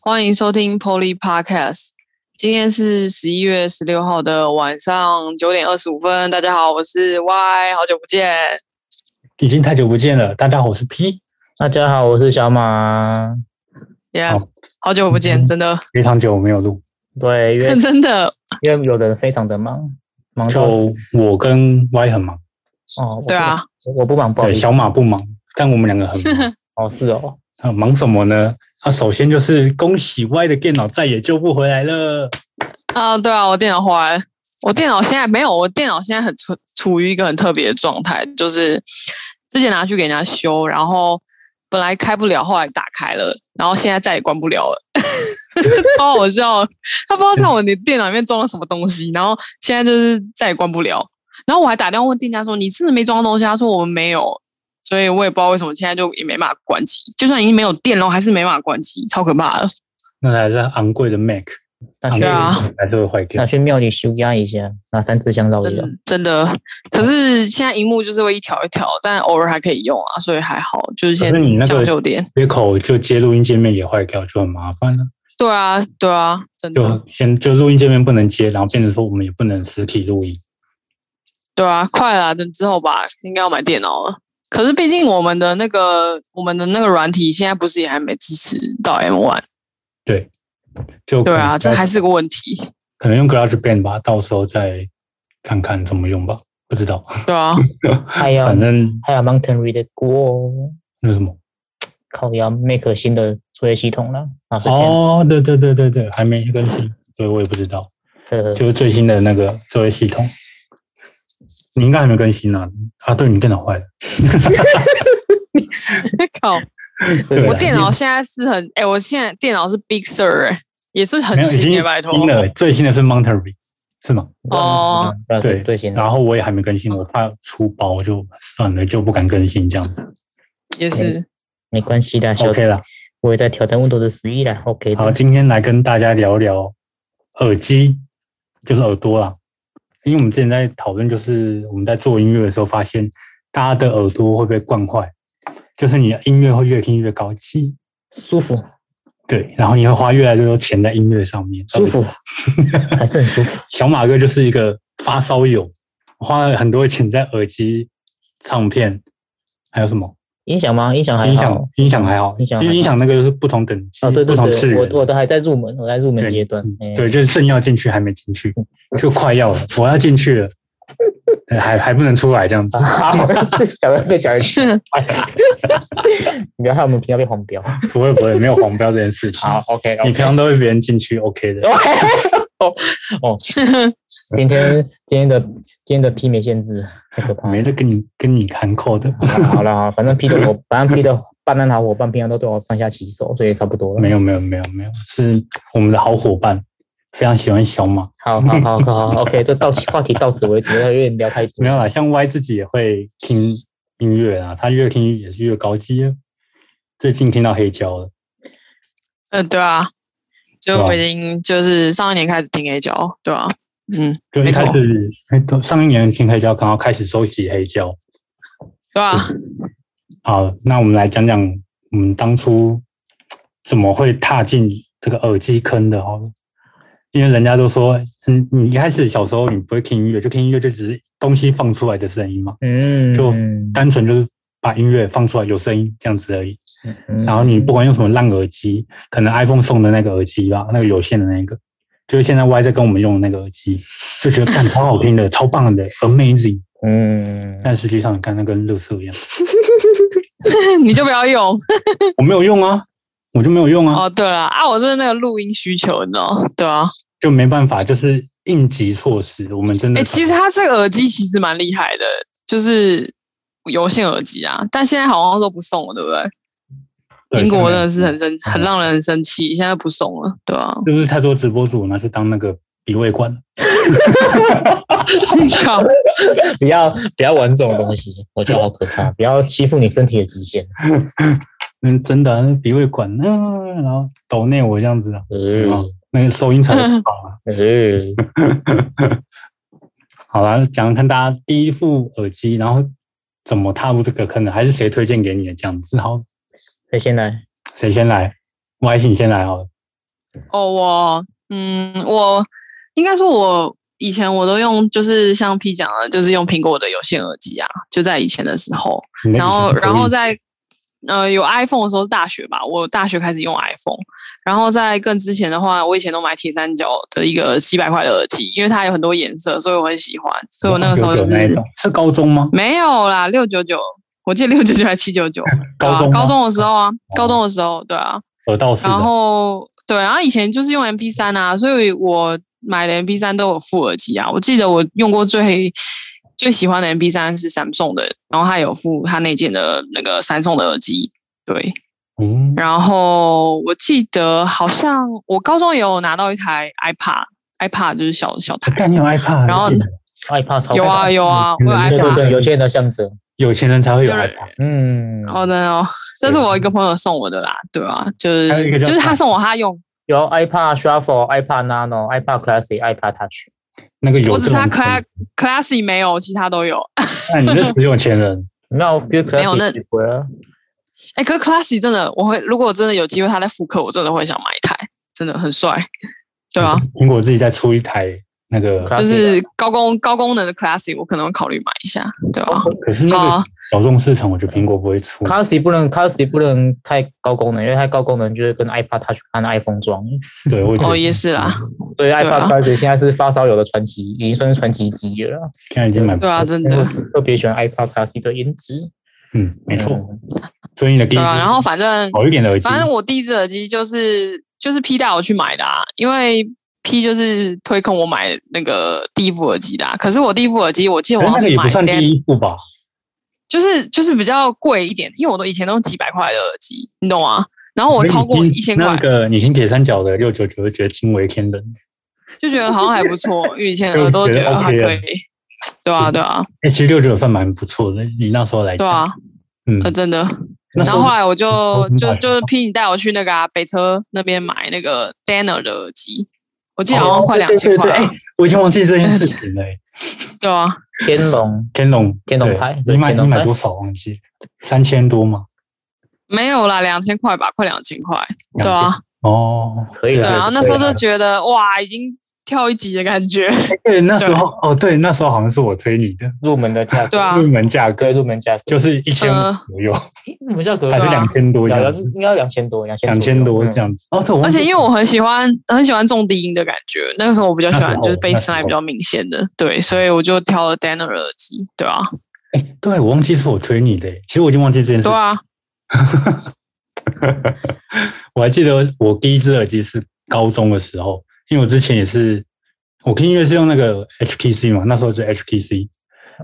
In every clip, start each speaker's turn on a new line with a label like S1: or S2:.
S1: 欢迎收听 Polly Podcast。今天是十一月十六号的晚上九点二十五分。大家好，我是 Y，好久不见。
S2: 已经太久不见了。大家好，我是 P，
S3: 大家好，我是小
S2: 啊
S3: 马。
S1: Yeah，
S2: 好
S1: 好久不见，
S2: 嗯
S1: 真的，
S2: 非常久没有录，
S3: 对，因 为
S1: 真的，
S3: 因为有的人非常的忙，忙
S2: 就
S3: 到死
S2: 我跟 Y 很忙，
S3: 哦，我不
S1: 对啊，
S3: 我不忙，不好
S2: 对，
S3: 意思。
S2: 小马不忙，但我们两个很忙。
S3: 哦，是哦，
S2: 啊忙什么呢？啊，首先就是恭喜 Y 的电脑再也救不回来了。
S1: 啊，对啊，我电脑坏了。我电脑现在没有，我电脑现在很处处于一个很特别的状态，就是之前拿去给人家修，然后本来开不了，后来打开了，然后现在再也关不了了，超好笑的。他不知道在我的电脑里面装了什么东西，然后现在就是再也关不了。然后我还打电话问店家说：“你真的没装东西？”他说：“我们没有。”所以我也不知道为什么现在就也没办法关机，就算已经没有电了，还是没办法关机，超可怕的。
S2: 那还是昂贵的 Mac，
S3: 那
S2: 昂
S3: 去
S2: 贵的
S1: 啊
S2: Mac 还是会坏
S3: 那
S2: 掉。
S3: 去庙里修压一下，拿三支香绕
S2: 啊
S3: 一绕。
S1: 真真的，可是现在荧幕就是会一条一条，但偶尔还可以用啊，所以还好，就是先
S2: 可是你那
S1: 将就
S2: 个
S1: 点。
S2: 接口就接录音界面也坏掉，就很麻烦了。
S1: 对啊，对啊，真的，
S2: 就先就录音界面不能接，然后变成说我们也不能实体录音。
S1: 对啊，快啦，等之后吧，应该要买电脑了。可是毕竟我们的那个我们的那个软体现在不是也还没支持到 M One？
S2: 对，就
S1: 对啊，
S2: 可能
S1: 这还是个问题。
S2: 可能用 GarageBand 吧，到时候再看看怎么用吧，不知道。
S1: 对 啊，
S3: 还有
S2: 反正
S3: 还有 Mountain Read 的锅哦，
S2: 那什么。
S3: 靠要 Make 新的作业系统了啊，随便。
S2: 哦，对对对对对，还没更新，所以我也不知道，
S3: 呃，
S2: 就是最新的那个作业系统，你应该还没更新呢、啊。啊，对你电脑坏了，
S1: 靠，
S2: 对啊
S1: 我电脑现在是很哎、我现在电脑是 Big Sur，、欸、也是
S2: 没
S1: 很
S2: 有已
S1: 新
S2: 经
S1: 的，拜托。
S2: 新的最新的是 Monterey 是吗？
S1: 哦，
S3: 对
S2: 对
S3: 最新的
S2: 然后我也还没更新，我怕出包我就算了，就不敢更新这样子。
S1: 也是，
S3: 没关系的，小
S2: OK 啦，
S3: 我也在挑战 Windows 十一啦，OK
S2: 好，
S3: 的。
S2: 今天来跟大家聊聊耳机，就是耳朵啦。因为我们之前在讨论，就是我们在做音乐的时候，发现大家的耳朵会被惯坏，就是你的音乐会越听越高级，
S3: 舒服，
S2: 对，然后你会花越来越多钱在音乐上面，
S3: 舒服。，还是很舒服。
S2: 小马哥就是一个发烧友，花了很多钱在耳机、唱片，还有什么
S3: 音响吗？音响还
S2: 音
S3: 好
S2: 响？。音响还好，
S3: 音响还
S2: 因
S3: 好
S2: 为音响那个就是不同等级、
S3: 哦，对
S2: 不
S3: 对
S2: 同次
S3: 对，
S2: 元。
S3: 我我都还在入门，我在入门
S2: 对
S3: 阶段
S2: 嗯。
S3: 哎
S2: 对，就是正要进去还没进去， 就快要了，我要进去了，对还还不能出来这 样子。
S3: 这讲了被讲一 次，
S1: 是
S3: 你不要害我们频道被黄标。
S2: 不会不会，没有黄标这件事情。
S3: ，OK，
S2: 你平常都会别人进去 OK 的。
S3: 哦哦，今天今天的今天的 P 没限制，太可怕了
S2: 没。得跟你跟你喊扣的，
S3: 好了好了，反正 P 的 我，反正 P 的伴蛋好伙伴平常都对我上下其手，所以差不多 了。
S2: 没有没有没有没有，是我们的好伙伴，非常喜欢小马。
S3: 好好好好好，OK，这到话题到此为止，有点聊太多。
S2: 没有啦，像 Y 自己也会听音乐啊，他越听也是越高级啊。最近听到黑胶了，
S1: 嗯、对啊，就
S2: 对啊
S1: 我已经就是上一年开始听 A 角，对啊，嗯，
S2: 就
S1: 没
S2: 一开
S1: 错
S2: 始哎上一年听黑胶，然后开始收集黑胶，
S1: 对啊，
S2: 好，那我们来讲讲我们当初怎么会踏进这个耳机坑的哦。因为人家都说，嗯，你一开始小时候你不会听音乐，就听音乐就只是东西放出来的声音嘛，
S3: 嗯，
S2: 就
S3: 嗯
S2: 单纯就是把音乐放出来有声音这样子而已。
S3: 嗯
S2: 然后你不管用什么烂耳机，可能 iPhone 送的那个耳机吧，那个有线的那个，就是现在 Y 在跟我们用的那个耳机，就觉得看超好听的，超棒的，amazing。
S3: 嗯，
S2: 但实际上你看那跟垃圾一样，
S1: 你就不要用
S2: 我没有用啊，我就没有用啊。
S1: 哦。对了啊，我是那个录音需求，你知道？对啊，
S2: 就没办法，就是应急措施，我们真的。
S1: 哎、其实它这个耳机其实蛮厉害的，就是有线耳机啊，但现在好像都不送了，对不对？
S2: 对
S1: 英国真
S2: 像
S1: 的是很生，很
S2: 嗯
S1: 让人很生气，现在不送了，对 啊。
S2: 那个就是太多直播主拿去当那个鼻胃管了，
S1: 靠，
S3: 不要不要玩这种东西，我觉得好可怕， 不要欺负你身体的极限。
S2: 嗯，真的那鼻胃管，嗯，然后抖内我这样子啊，
S3: 嗯
S2: 哦那个收 音才会好啊。
S3: 嗯，
S2: 好啦，讲讲看大家第一副耳机，然后怎么踏入这个坑的，还是谁推荐给你的这样子？好，
S3: 所以现在
S2: 谁先来？Y 你先来好了。
S1: 哦，我嗯，我应该说，我以前我都用，就是像 P 讲的，就是用苹果的有线耳机啊，就在以前的时候，
S2: 你那
S1: 然后
S2: 个是可以
S1: 然后在呃有 iPhone 的时候是大学吧，我大学开始用 iPhone，然后在更之前的话，我以前都买铁三角的一个七百块的耳机，因为它有很多颜色，所以我很喜欢，所以我那个时候就
S2: 那一
S1: 是
S2: 种是高中吗？
S1: 没有啦，六九九，我记得六九九还七九九，对
S2: 高
S1: 啊
S2: 中吗哦
S1: 高中的时候啊，高中的时候对啊，
S2: 耳道式的，
S1: 然后对，然后以前就是用 MP 三啊，所以我买的 MP 三都有副耳机啊。我记得我用过最最喜欢的 MP 三是 Samsung 的，然后它有附它那件的那个 Samsung 的耳机。对，
S2: 嗯，
S1: 然后我记得好像我高中也有拿到一台 iPad，iPad 就是小小台。
S2: 看你有 iPad，
S1: 然后
S2: 对
S3: ，iPad 超
S1: 有啊有啊，我有
S2: 嗯嗯
S3: 对对
S1: iPad。
S3: 对，有些人的象征，
S2: 有钱人才会有
S1: 有人
S2: iPad，
S3: 嗯，
S1: 哦，真的哦，这是我一个朋友送我的啦，对啊，就是
S2: 还有一个叫
S1: 就是他
S2: Touch
S1: 送我他用，
S3: 有 iPad Shuffle、iPad Nano、iPad Classic、iPad Touch，
S2: 那个有
S1: 我只
S2: 这
S1: 差
S2: 种
S1: Cla Classy 没有，其他都有。
S2: 那你是 死有钱人，
S3: 没有，比如 Classic 啊
S1: 没有那
S3: 几回了
S1: 哎、可是 Classy 真的，我会如果我真的有机会，他在复刻，我真的会想买一台，真的很帅，对啊，
S2: 苹果自己再出一台那个，
S3: Classic
S1: 就是高功高功能的 Classy，我可能会考虑买一下，对啊，
S2: 可是那
S1: 好
S2: 个小众市场，我觉得苹果不会出。
S3: Classic 不能 Classic 不能太高功能，因为太高功能就会跟 iPad Touch 和 iPhone 撞，
S2: 对，我觉得
S1: 哦也是啦，
S2: 嗯
S3: 所以 iPad
S1: 啊
S3: Classic 现在是发烧友的传奇，已经算是传奇级了啦。
S2: 现在已经买不
S1: 对啊，真的，
S3: 我特别喜欢 iPad Classic 的颜值，
S2: 嗯，没错，
S3: 嗯
S2: 所以你的第
S1: 对
S2: 一只
S1: 啊，然后反正
S2: 好一点的耳机，
S1: 反正我第一只耳机就是就是 P 带我去买的啊，因为 P 就是推坑我买那个第一副耳机的、啊，可是我第一副耳机我记得
S2: 可
S1: 我
S2: 是
S1: 好
S2: 那
S1: 像
S2: 个也不
S1: 买
S2: 算
S1: Dan-
S2: 第一步吧？
S1: 就是就是比较贵一点，因为我都以前都用几百块的耳机，你懂吗？然后哦我
S2: 所以
S1: 超过
S2: 你
S1: 一
S2: 听
S1: 千块
S2: 那，个你听铁三角的六九九，觉得惊为天人。
S1: 就觉得好像还不错，因为以前耳朵觉得还可以，对啊，对啊，
S2: 哎，其实六九九算蛮不错的，你那时候来
S1: 对
S2: 讲，
S1: 啊，
S2: 嗯
S1: 呃，，真的。
S2: 那时
S1: 然后
S2: 候
S1: 后来我就
S2: 那时
S1: 就
S2: 候
S1: 就是拼你带我去那个啊北车那边买那个 Danner 的耳机，我记得好像快两千块
S2: 哦对，对对
S1: 了
S2: 哎，我已经忘记这 件事情了。哎
S1: 对啊，
S3: 天龙
S2: 天龙，
S3: 天龙
S2: 对
S3: 牌对
S2: 你买
S3: 天
S2: 你
S3: 龙
S2: 买
S3: 牌
S2: 多少忘记？三千多吗？
S1: 没有啦，两千块吧，快两千块，对
S2: 两
S1: 啊，
S2: 哦，
S3: 可以
S1: 对
S3: 了，
S1: 啊，然后那时候
S3: 可以
S1: 就
S3: 了
S1: 觉得哇，已经跳一级的感觉，
S2: 对，那时候哦，对，那时候好像是我推你的
S3: 入门的价格，
S1: 对啊
S2: 入门价格
S3: 对，入门价格
S2: 就是一千
S1: 呃
S2: 左右，
S3: 诶入门价格
S2: 还是
S1: 对啊
S2: 两千多这样
S3: 两
S2: 子，
S3: 应该两千多，两千
S2: 两千多这
S3: 样。
S2: 样子。哦，对，我
S1: 而
S2: 忘记
S1: 且因为我很喜欢很喜欢重低音的感觉，那个时候我比较喜
S2: 那时
S1: 欢
S2: 候
S1: 就是贝
S2: 那时
S1: 斯
S2: 候
S1: 来比较明显的，对，所以我就挑了 Danner 耳机，对啊，
S2: 哎，对我忘记是我推你的，欸其实我已经忘记这件事
S1: 对
S2: 情。
S1: 啊，
S2: 我还记得我第一只耳机是高中的时候，因为我之前也是我听音乐是用那个 HTC 嘛，那时候是 HTC，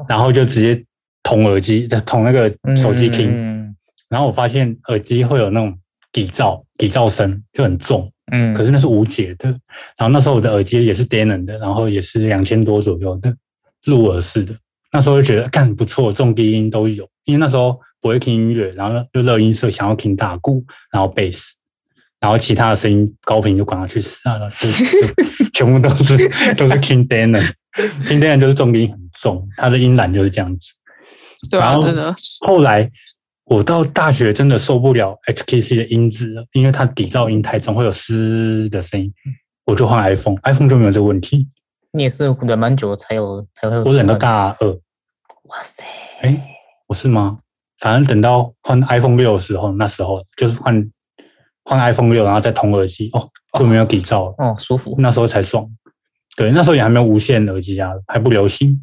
S2: 然后就直接捅耳机，捅那个
S3: 嗯
S2: 手机听，
S3: 嗯
S2: 然后我发现耳机会有那种底噪，底噪声就很重，
S3: 嗯，
S2: 可
S3: 是
S2: 是那是无解的。然后那时候我的耳机也是 Denon 的，然后也是两千多左右的入耳式的。那时候就觉得干不错，重低音都有，因为那时候不会听音乐，然后又热音色，想要听大鼓，然后贝斯，然后其他的声音高频就管他去死啊！然后就就全部都是都是听 Denon，听 Denon 就是重低音很重，它的音缆就是这样子。
S1: 对
S2: 然
S1: 啊，
S2: 后
S1: 真的，
S2: 后来我到大学真的受不了 HTC 的音质了，因为它底噪音太重，会有嘶的声音，我就换 iPhone，iPhone 就没有这个问题。
S3: 你也是忍蛮久才有才会，
S2: 我忍到，大二，
S3: 哇塞，
S2: 哎，我是吗？反正等到换 iPhone 六的时候，那时候就是换换 iPhone 六，然后再同耳机，哦，就没有底噪了，
S3: 哦，舒服，
S2: 那时候才爽。对，那时候也还没有无线耳机啊，还不流行，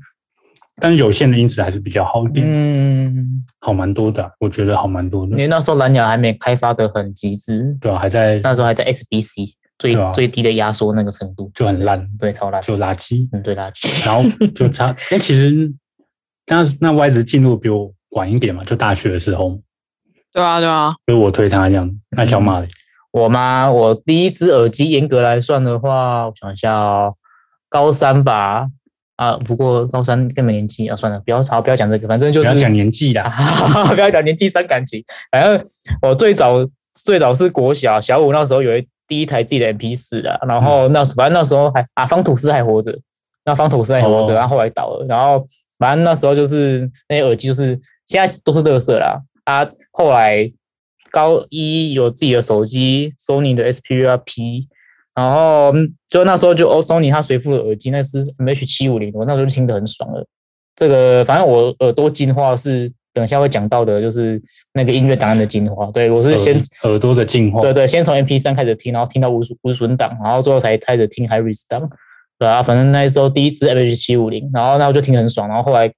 S2: 但是有线的音质还是比较好一点，
S3: 嗯，
S2: 好蛮多的啊，我觉得好蛮多的
S3: 因。为那时候蓝牙还没开发的很极致，
S2: 对啊，还在
S3: 那时候还在 SBC 最
S2: 对啊
S3: 最低的压缩那个程度，
S2: 就很烂，
S3: 对，超垃圾，
S2: 就垃圾。
S3: 嗯，对，垃圾，
S2: 然后就差，哎、其实那那 Y 值进入比我晚一点嘛，就大学的时候，
S1: 对啊，对啊，
S2: 所以我推他这样。那
S3: 嗯
S2: 小马嘞，
S3: 我吗？我第一只耳机严格来算的话，我想一下哦，高三吧。啊，不过高三根本年纪啊，算了，不要好，不要讲这个，反正就
S2: 不要
S3: 是
S2: 讲年纪啦，
S3: 啊， 不要讲年纪伤感情。反正我最早最早是国小小五那时候有一第一台自己的 MP 四的，然后那时反正那时候还啊方吐司还活着，那方吐司还活着，
S2: 哦
S3: 然后后来倒了，然后反正那时候就是那些耳机就是现在都是乐色啦啊，后来高一有自己的手机，索尼的 SPVR P。然后嗯就那时候就哦，Sony 它随附的耳机那是 MH 七五零，我那时候就听得很爽了。这个反正我耳朵进化是等一下会讲到的，就是那个音乐档案的进化。对我是先、
S2: 耳耳朵的进化，
S3: 对对，先从 MP 三开始听，然后听到无损无损档，然后最后才开始听 High Res 档，对啊，反正那时候第一支 MH 七五零，然后那我就听得很爽，然后后来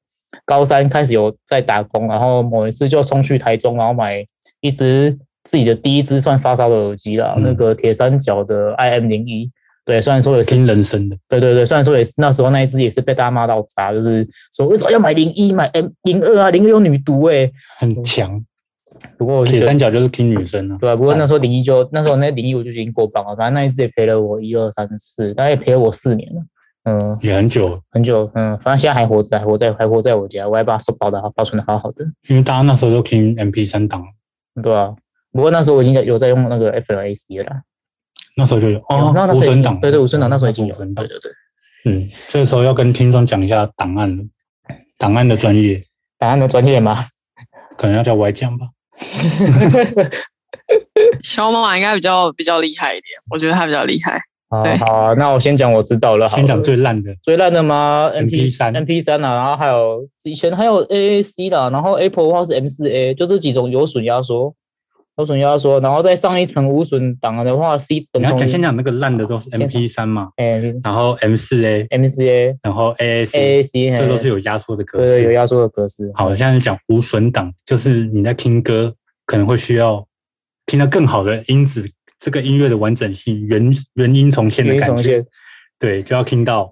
S3: 高三开始有在打工，然后某一次就冲去台中，然后买一只自己的第一只算发烧的耳机啦，
S2: 嗯
S3: 那个铁三角的 IM 零一，对，虽然说也是
S2: 听人声的，
S3: 对对对，虽然说也是那时候那一只也是被大家骂到砸，就是说为什么要买零一买 M 零二啊，零二有女毒诶、
S2: 很强。
S3: 不过我是觉
S2: 铁
S3: 得
S2: 三角就是听女生啊，
S3: 对啊，不过
S2: 赞
S3: 那时候零一就那时候那零一我就已经过磅了，反正那一只也陪了我一二三四，大概陪了我四年了，嗯，
S2: 也很久，
S3: 很久，嗯，反正现在还活着，还活在还活在我家，我还把它收保的保存的好好的，
S2: 因为大家那时候都听 MP 三档，
S3: 对啊。不过那时候我已经在有在用那个 FLAC E 了啦，
S2: 那时候就有哦
S3: 有，那那
S2: 无
S3: 时候已
S2: 声
S3: 经
S2: 档，哦嗯
S3: 对对，五声档那时候已经有，
S2: 无声档
S3: 对。对对，
S2: 嗯，这个时候要跟听众讲一下档案了，档案的专业
S3: 答案的专业嘛，
S2: 可能要叫 Y 酱吧。
S1: 小妈妈应该比较比较厉害一点，我觉得她比较厉害。
S3: 好
S1: 对
S3: 好啊，那我先讲我知道了好了，
S2: 先讲最烂的，
S3: 最烂的吗
S2: MP3
S3: MP 三啊，然后还有以前还有 AAC 啦，然后 Apple 的话是 M 四 A，就这几种有损压缩，有损压缩，然后再上一层无损档的话 C 等
S2: 你要
S3: 同
S2: 讲先
S3: 于
S2: 讲那个烂的都是
S3: 先讲
S2: MP 三嘛，
S3: 哎
S2: 然后 M 四 A，
S3: M 四 A
S2: 然后 AAC，
S3: AAC，
S2: 这都是
S3: 有
S2: 有压缩的格
S3: 对对有
S2: 式。
S3: 压缩的格式。
S2: 好，现在讲无损档，就是你在听歌可能会需要听到更好的音质，这个音乐的完整性、原原音重现的
S3: 原音
S2: 感
S3: 重
S2: 觉
S3: 现。
S2: 对，就要听到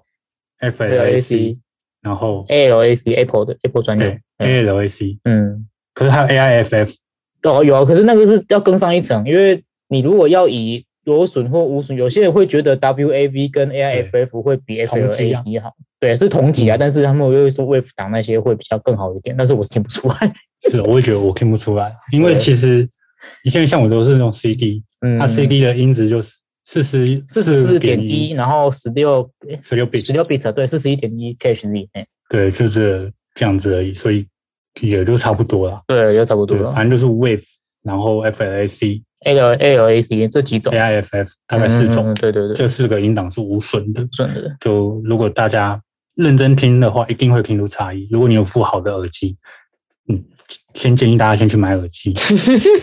S2: FLAC，
S3: AAC
S2: 然后
S3: ALAC Apple 的 Apple 专用
S2: 对，ALAC，
S3: 嗯，
S2: 可是还有 AIFF，
S3: 哦有啊，可是那个是要更上一层，因为你如果要以有损或无损，有些人会觉得 WAV 跟 AIFF 会比
S2: 同级啊
S3: FLAC 好，对，是同级啊，
S2: 嗯
S3: 但是他们又会说 Wave 档那些会比较更好一点，但是我是听不出来。
S2: 是，我也觉得我听不出来，因为
S3: 对
S2: 其实以前像我都是那种 CD，
S3: 嗯，
S2: 它 CD 的音质就是四十
S3: 四十四
S2: 四
S3: 点
S2: 点
S3: 一，
S2: 一
S3: 然后十六
S2: 十六 bit，
S3: 十六 bit 对，四十一点一 KHz 内，
S2: 对，就是这样子而已，所以也就差不多了。
S3: 对，就差不多
S2: 对，
S3: 了。
S2: 反正就是 Wave，然后 FLAC、
S3: L ALAC 这几种，
S2: AIFF，大概四
S3: 嗯嗯嗯
S2: 种，
S3: 对对对，
S2: 这四个音档是无损的。
S3: 顺的。
S2: 就如果大家认真听的话，一定会听出差异。如果你有附好的耳机，嗯，先建议大家先去买耳机。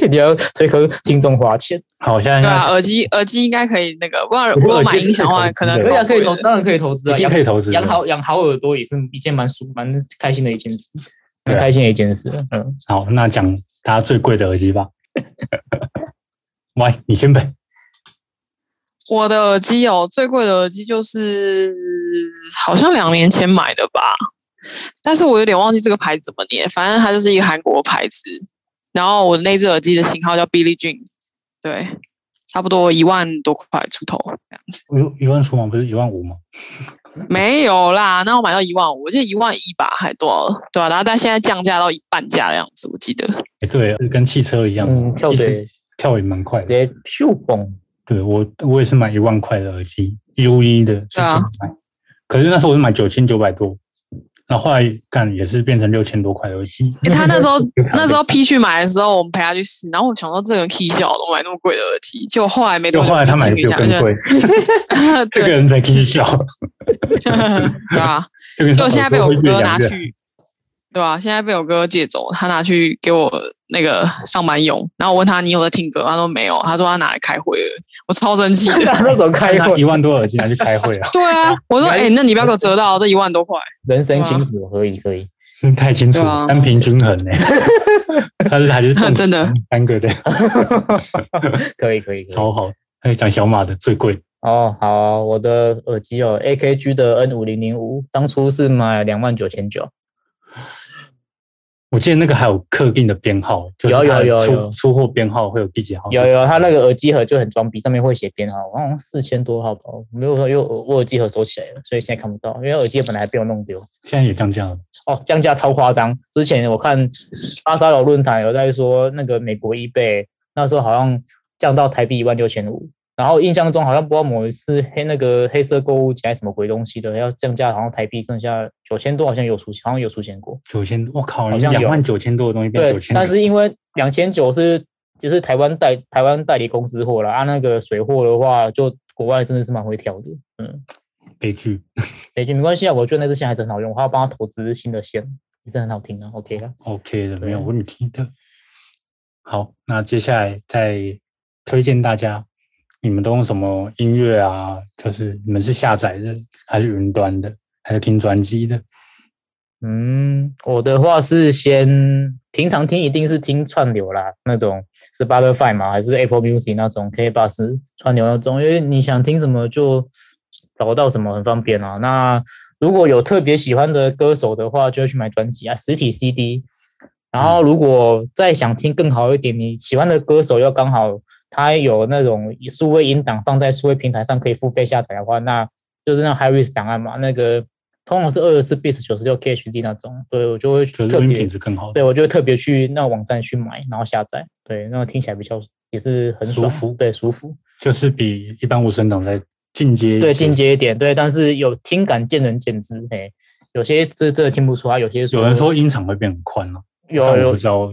S3: 你要推坑听众花钱，
S2: 好，现在
S1: 对啊，
S2: 要
S1: 耳机耳机应该可以那个，不然
S2: 哎我觉得
S1: 如果买
S2: 耳机
S1: 音
S2: 是
S1: 响的话，可
S2: 可以
S1: 能超
S2: 的对
S3: 对啊，可以
S1: 贵
S3: 投，
S1: 的
S3: 当然可以投资
S2: 一
S3: 啊，
S2: 定
S3: 养
S2: 可以投资的。
S3: 养好养好耳朵也是一件蛮舒蛮开心的一件事，
S2: 对啊
S3: 蛮开心的一件事。嗯，
S2: 好，那讲大家最贵的耳机吧。喂，你先呗。
S1: 我的耳机哦，最贵的耳机就是好像两年前买的吧，但是我有点忘记这个牌子怎么念，反正它就是一个韩国牌子。然后我那只耳机的型号叫 Billy Jean，对，差不多一万多块出头这样子。
S2: 一一万出吗？不是一万五吗？
S1: 没有啦，那我买到一万五，我记得一万一吧，还多少？对啊，然后但现在降价到一半价的样子，我记 得。
S2: 欸、对，是跟汽车一样，
S3: 嗯跳水
S2: 一直跳也蛮快
S3: 直
S2: 的。
S3: 接咻嘣，
S2: 对我，我也是买一万块的耳机，U 一的之前
S1: 啊
S2: 买，可是那时候我是买九千九百多，然后后来干也是变成六千多块的耳 机。
S1: 欸他那时 候那时候 P 去买的时候，我们陪他去试，然后我想说这个 K 小的，我买那么贵的耳机，结果后来没
S2: 就
S1: 多久
S2: 后来他买
S1: 听
S2: 的比
S1: 一
S2: 我
S1: 下，
S2: 更贵，
S1: 就
S2: 这个
S1: 对
S2: 人在继续笑，
S1: 对啊，
S2: 这个人
S1: 结果现在被我
S2: 耳朵会越
S1: 哥拿
S2: 养越
S1: 去，对啊，现在被我哥借走，他拿去给我那个上班用，然后我问他你有在听歌，他说没有，他说他拿来开会了，我超生气的。
S3: 那种开
S2: 那
S3: 会
S2: 一，万多耳机拿去开会啊，
S1: 对啊，我说哎、欸那你不要给我折到这一万多块，
S3: 人生清楚，可以可以。
S2: 真太清楚
S1: 对啊
S2: 了，三平均衡 呢、他是还是中
S1: 真的
S2: 三个的，
S3: 可以可以可以。
S2: 超好。还有讲小马的最贵，
S3: 哦，好啊我的耳机哦，AKG 的 N 五零零五，当初是买两万九千
S2: 哦
S3: 九，
S2: 我记得那个还有特定的编号，就是
S3: 有有
S2: 它的
S3: 有
S2: 出
S3: 有
S2: 出货编号会有第几号？
S3: 有有，它那个耳机盒就很装逼，上面会写编号，好像四千多号吧，我没有说，因为我我耳机盒收起来了，所以现在看不到，因为耳机盒本来还被我弄丢。
S2: 现在也降价了。
S3: 哦，降价超夸张！之前我看巴沙楼论坛有在说，那个美国 eBay 那时候好像降到台币一万六千五，然后印象中好像不知道某一次黑那个黑色购物节还是什么鬼东西的，要降价，好像台币剩下九千多，好像有出好像有出现过。
S2: 九千，我靠，
S3: 好
S2: 你
S3: 像有
S2: 两万九千多的东西变
S3: 对
S2: 九，千，
S3: 但是因为两千九是就是台湾代台湾代理公司货啦，啊，那个水货的话，就国外真的是蛮会挑的，嗯，
S2: 悲剧
S3: 北京没关系啊，我觉得那支线还是很好用，我还要帮他投资新的线，也是很好听啊，OK 啊，
S2: ，OK 的，
S3: 对
S2: 没有问题的。好，那接下来再推荐大家，你们都用什么音乐啊？就是你们是下载的，还是云端的，还是听专辑的？
S3: 嗯，我的话是先平常听一定是听串流啦，那种 Spotify 嘛，还是 Apple Music 那种 K Bus 串流那种，因为你想听什么就找到什么，很方便啊。那如果有特别喜欢的歌手的话，就会去买专辑啊，实体 CD。然后如果再想听更好一点，你喜欢的歌手又刚好他有那种数位音档放在数位平台上可以付费下载的话，那就是那 high risk 档案嘛，那个通常是二十四 bit 九十六 KHZ 那种，对我就会
S2: 就是
S3: 特
S2: 录音
S3: 别
S2: 品质更好的
S3: 对，我就会特别去那个网站去买，然后下载，对，那个听起来比较也是很
S2: 舒
S3: 爽
S2: 服
S3: 对，舒服，
S2: 就是比一般无声档再进阶一
S3: 对，
S2: 些
S3: 进。阶一点，对，但是有听感见仁见智，哎，有些这这听不出来，有些
S2: 有人说音场会变很宽了、但
S3: 有
S2: 我
S3: 有
S2: 不知道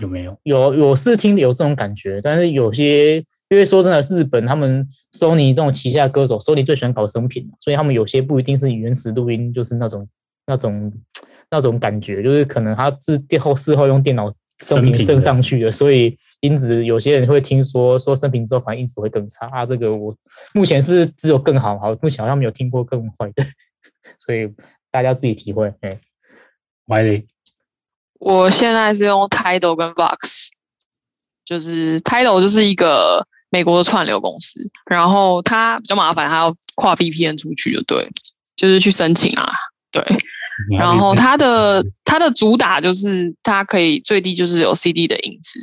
S2: 有没有。
S3: 有有是听有这种感觉，但是有些因为说真的，日本他们 Sony 这种旗下歌手，Sony 最喜欢搞生品，所以他们有些不一定是原始录音，就是那种那种那种感觉，就是可能他是电后事后用电脑生
S2: 生
S3: 品
S2: 品
S3: 升
S2: 的
S3: 上去的，所以音质有些人会听说说生品之后反而音质会更差啊。这个我目前是只有更好，好目前好像没有听过更坏的， 所以大家自己体会。哎、
S2: 歪嘞，
S1: 我现在是用 Tidal 跟 Vox，就是 Tidal 就是一个美国的串流公司，然后它比较麻烦，它要跨 VPN 出去，就对，就是去申请啊，对。
S2: 你还
S1: 然
S2: 没
S1: 后它的
S2: 嗯
S1: 它的主打就是它可以最低就是有 CD 的音质，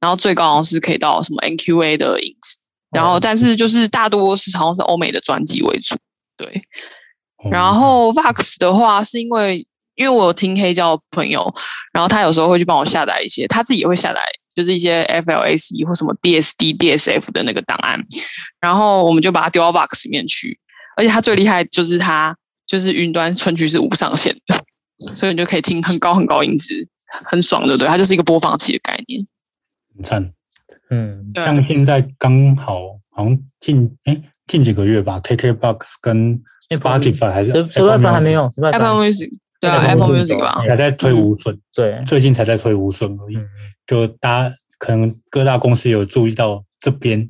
S1: 然后最高好像是可以到什么 NQA 的音质，然后但是就是大多是好像是欧美的专辑为主，对。
S2: 哦
S1: 然后 Vox 的话，是因为因为我有听黑胶的朋友，然后他有时候会去帮我下载一些，他自己也会下载，就是一些 FLAC E 或什么 DSD、DSF 的那个档案，然后我们就把它丢到 Vox 里面去。而且它最厉害就是它就是云端存取是无上限的，所以你就可以听很高很高音质，很爽的，对，它就是一个播放器的概念。
S2: 很赞，
S3: 嗯，
S1: 对啊，
S2: 像现在刚好好像近哎近几个月吧，KKBox 跟
S3: Apple
S2: Spotify 还是
S3: 所以所以
S2: Apple
S3: 还没
S2: Music
S3: 有所以办法
S1: Apple Music 对啊
S3: Apple
S1: ，Apple
S3: Music
S1: Music 吧
S3: 有，
S2: 才在推无损，
S3: 对，
S2: 最近才在推无损而已。
S3: 嗯。
S2: 就大家可能各大公司有注意到这边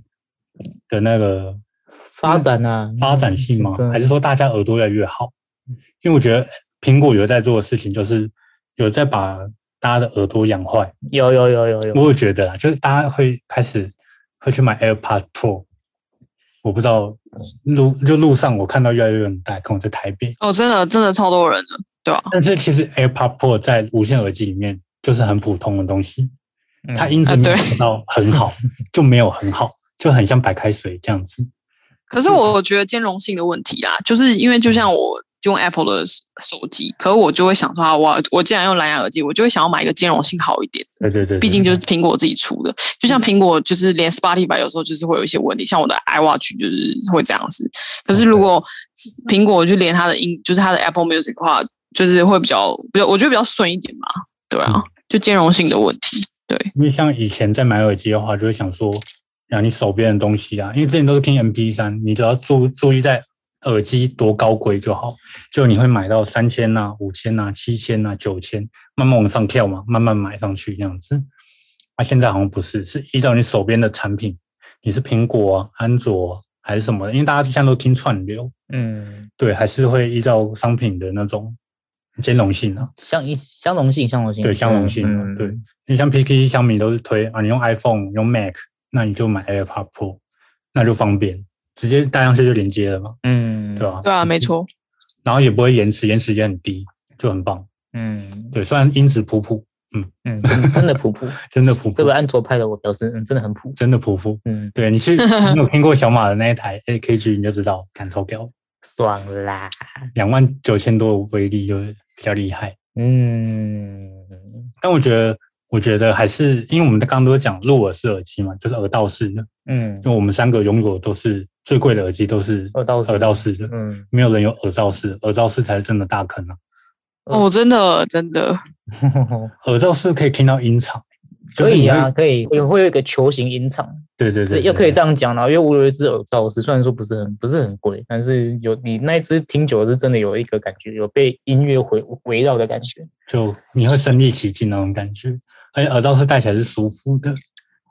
S2: 的那个
S3: 发
S2: 嗯
S3: 展啊，
S2: 发展性吗？
S3: 对
S2: 还是说大家耳朵越来越好？
S3: 嗯
S2: 因为我觉得苹果有在做的事情，就是有在把大家的耳朵养坏。
S3: 有有有有有，
S2: 我有觉得啦，就是大家会开始会去买 AirPods Pro。我不知道路就路上我看到越来越多人戴，可能在台北。
S1: 哦，真的真的超多人的，对啊，
S2: 但是其实 AirPods Pro 在无线耳机里面就是很普通的东西，
S3: 嗯
S2: 它音质
S1: 啊
S2: 没
S1: 对
S2: 有到很好，就没有很好，就很像白开水这样子。
S1: 可
S2: 嗯
S1: 是我觉得兼容性的问题啊，就是因为就像我用 Apple 的手机，可我就会想说啊，我我既然用蓝牙耳机，我就会想要买一个兼容性好一点，
S2: 对对对，对嗯
S1: 毕竟就是苹果自己出的。就像苹果就是连 Spotify 有时候就是会有一些问题，像我的 iWatch 就是会这样子。可
S2: 嗯
S1: 是如果苹果就连它的音，就是它的 Apple Music 的话，就是会比较比较，我觉得比较顺一点嘛。对啊
S2: 嗯，
S1: 就兼容性的问题。
S2: 因为像以前在买耳机的话，就会想说，啊，你手边的东西啊，因为之前都是听 MP 三，你只要注注意在耳机多高贵就好，就你会买到三千呐、五千呐、七千呐、九千，慢慢往上跳嘛，慢慢买上去这样子。啊，现在好像不是，是依照你手边的产品，你是苹果、啊、安卓、还是什么的，因为大家现在都听串流，
S3: 嗯，
S2: 对，还是会依照商品的那种兼容性啊。
S3: 相一相容性，相容性，
S2: 对相容性啊
S3: 嗯、
S2: 对你像 PK、小米都是推啊，你用 iPhone 用 Mac，那你就买 AirPod Pro，那就方便，直接带上去就连接了嘛，
S3: 嗯，
S2: 对吧、
S1: 对啊，没错。
S2: 然后也不会延迟，延迟也很低，就很棒。
S3: 嗯，
S2: 对，虽然音质普普，
S3: 嗯，真真的普普，
S2: 真的普
S3: 这
S2: 普
S3: 位，安卓派的我表示，嗯，真的很普，
S2: 真的普普。
S3: 嗯，
S2: 对你 去，你有听过小马的那一台 AKG，你就知道，看超标，
S3: 爽啦，
S2: 两万九千多的威力就是比较厉害。
S3: 嗯
S2: 但我觉得，我觉得还是因为我们刚刚都讲入耳式耳机嘛，就是耳道式的，
S3: 嗯
S2: 因，为我们三个拥有都是最贵的耳机，都是
S3: 耳道式
S2: 耳道式的，
S3: 嗯，
S2: 没有人有耳罩式，耳罩式才是真的大坑啊！
S1: 哦，真的真的，
S2: 耳罩式可以听到音场，就
S3: 可
S2: 是
S3: 以
S2: 你
S3: 啊，
S2: 会，
S3: 可以，有会有一个球形音场，
S2: 对对对，
S3: 这又可以
S2: 对
S3: 这样讲啦，因为无有一只耳罩是虽然说不是很不是很贵，但是有你那一只听久了是真的有一个感觉，有被音乐围围绕的感觉。
S2: 就你会身临其境那种感觉，而且耳罩是戴起来是舒服的，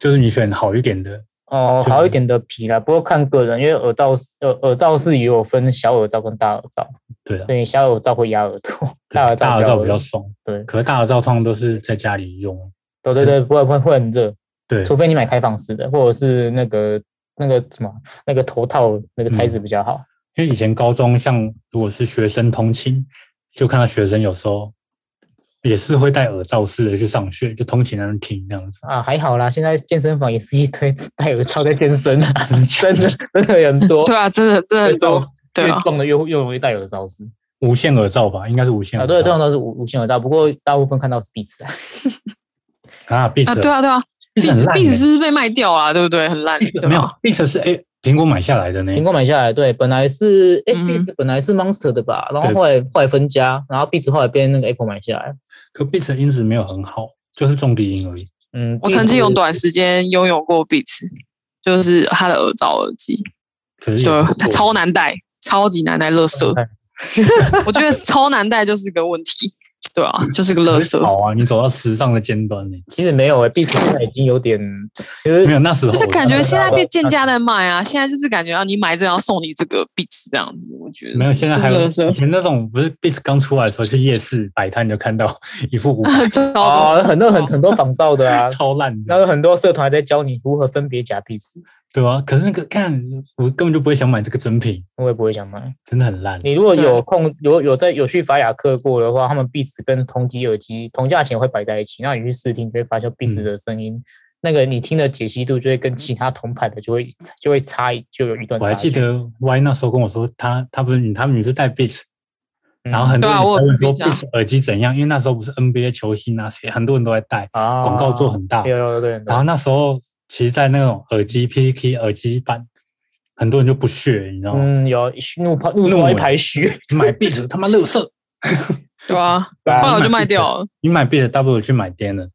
S2: 就是你选好一点的，
S3: 哦，
S2: 就
S3: 好一点的皮啦，不过看个人，因为耳罩是呃耳耳罩是也有分小耳罩跟大耳罩，
S2: 对啊，
S3: 所以小耳罩会压耳朵，
S2: 对
S3: 大耳罩
S2: 大耳罩比较
S3: 容易
S2: 爽，
S3: 对
S2: 可是大耳罩通常都是在家里用，
S3: 对对对，不会不会会很热，
S2: 对，
S3: 除非你买开放式的，或者是那个那个什么那个头套那个材
S2: 嗯
S3: 质比较好。
S2: 因为以前高中像如果是学生通勤，就看到学生有时候也是会戴耳罩式的去上学，就通勤在那听这样子，
S3: 啊，还好啦，现在健身房也是一堆戴耳罩在健身啊，
S2: 真的假
S3: 真
S2: 的
S3: 的真的很多，
S1: 对啊，真的真的
S3: 越
S1: 很
S3: 重
S1: 多，对
S3: 越
S1: 啊，
S3: 重的越越容易戴耳罩是
S2: 无线耳罩吧，应该是无线
S3: 啊，
S2: 耳
S3: 对，通
S2: 罩
S3: 常都是无无线耳罩，不过大部分看到是 Beats 啊，
S2: 啊，Beats
S1: 啊，对啊，对啊，
S2: ，Beats
S1: 壁
S2: 很
S1: 纸
S2: 烂
S1: 壁纸
S2: 欸
S1: 是不是被卖掉了，对不对？很烂，对
S2: 没有
S1: 吧？
S2: ，Beats 是哎苹果买下来的呢，
S3: 苹果买下来，对，本来是哎
S1: 嗯
S3: Beats 本来是 Monster 的吧，然后
S2: 对
S3: 后来后来分家，然后 Beats 后来被那个 Apple 买下来，
S2: 可 Beats 的音质没有很好，就是重低音而已。
S3: 嗯，
S1: 我曾经有
S3: Beats-
S1: 短时间拥有过 Beats，就是它的耳罩耳机，
S2: 可是也
S1: 对
S2: 不，
S1: 它
S2: 错
S1: 超难戴，超级难戴，乐色。我觉得超难戴就是个问题，对啊，就是个乐
S2: 可是
S1: 色。
S2: 好啊，你走到时尚的尖端呢、
S3: 其实没有哎、欸、，Beats 现在已经有点就是
S2: 没有那时候
S1: 就是感觉现在被贱
S3: 价
S1: 价在卖啊，现在就是感觉啊，你买这个要送你这个 Beats 这样子，我觉得
S2: 没有，现在还有
S1: 就是垃圾
S2: 以前那种不是 Beats 刚出来的时候，去夜市摆摊你就看到一副五百，
S1: 超多
S3: 哦，很多很很多仿造的啊
S2: 超烂
S3: 然
S2: 的，
S3: 后很多社团还在教你如何分别假 Beats，
S2: 对啊？可是那个看我根本就不会想买这个真品，
S3: 我也不会想买。
S2: 真的很烂。
S3: 你如果
S1: 对
S2: 啊
S3: 有空有有在有去法雅克过的话，他们 Beats 跟同级耳机同价钱会摆在一起，那你去试听你就会发现 Beats
S2: 嗯
S3: 的声音，那个你听的解析度就会跟其他同牌的就会就会差一就有一段
S2: 我
S3: 差距。
S2: 还记得 Y 那时候跟我说，他他不是你他们女是戴 Beats，
S3: 嗯，
S2: 然后很多
S1: 对
S2: 人
S1: 啊
S2: 在
S1: 我有
S2: 问说
S1: Beats 啊
S2: Beats 耳机怎样，因为那时候不是 NBA 球星啊，谁很多人都在戴，
S3: 啊
S2: 广告做很大，
S3: 有有有对，
S2: 然后那时候，其实，在那种耳机 PK 耳机版，很多人就不屑，你知道吗？
S3: 嗯有怒跑怒出一
S2: 怒
S3: 排 血，
S2: 你买 b e a t 他妈乐色，
S1: 对啊，
S3: 对 啊
S1: 后来我就卖掉了。
S2: 你买 b e a t 大不如去买 d a n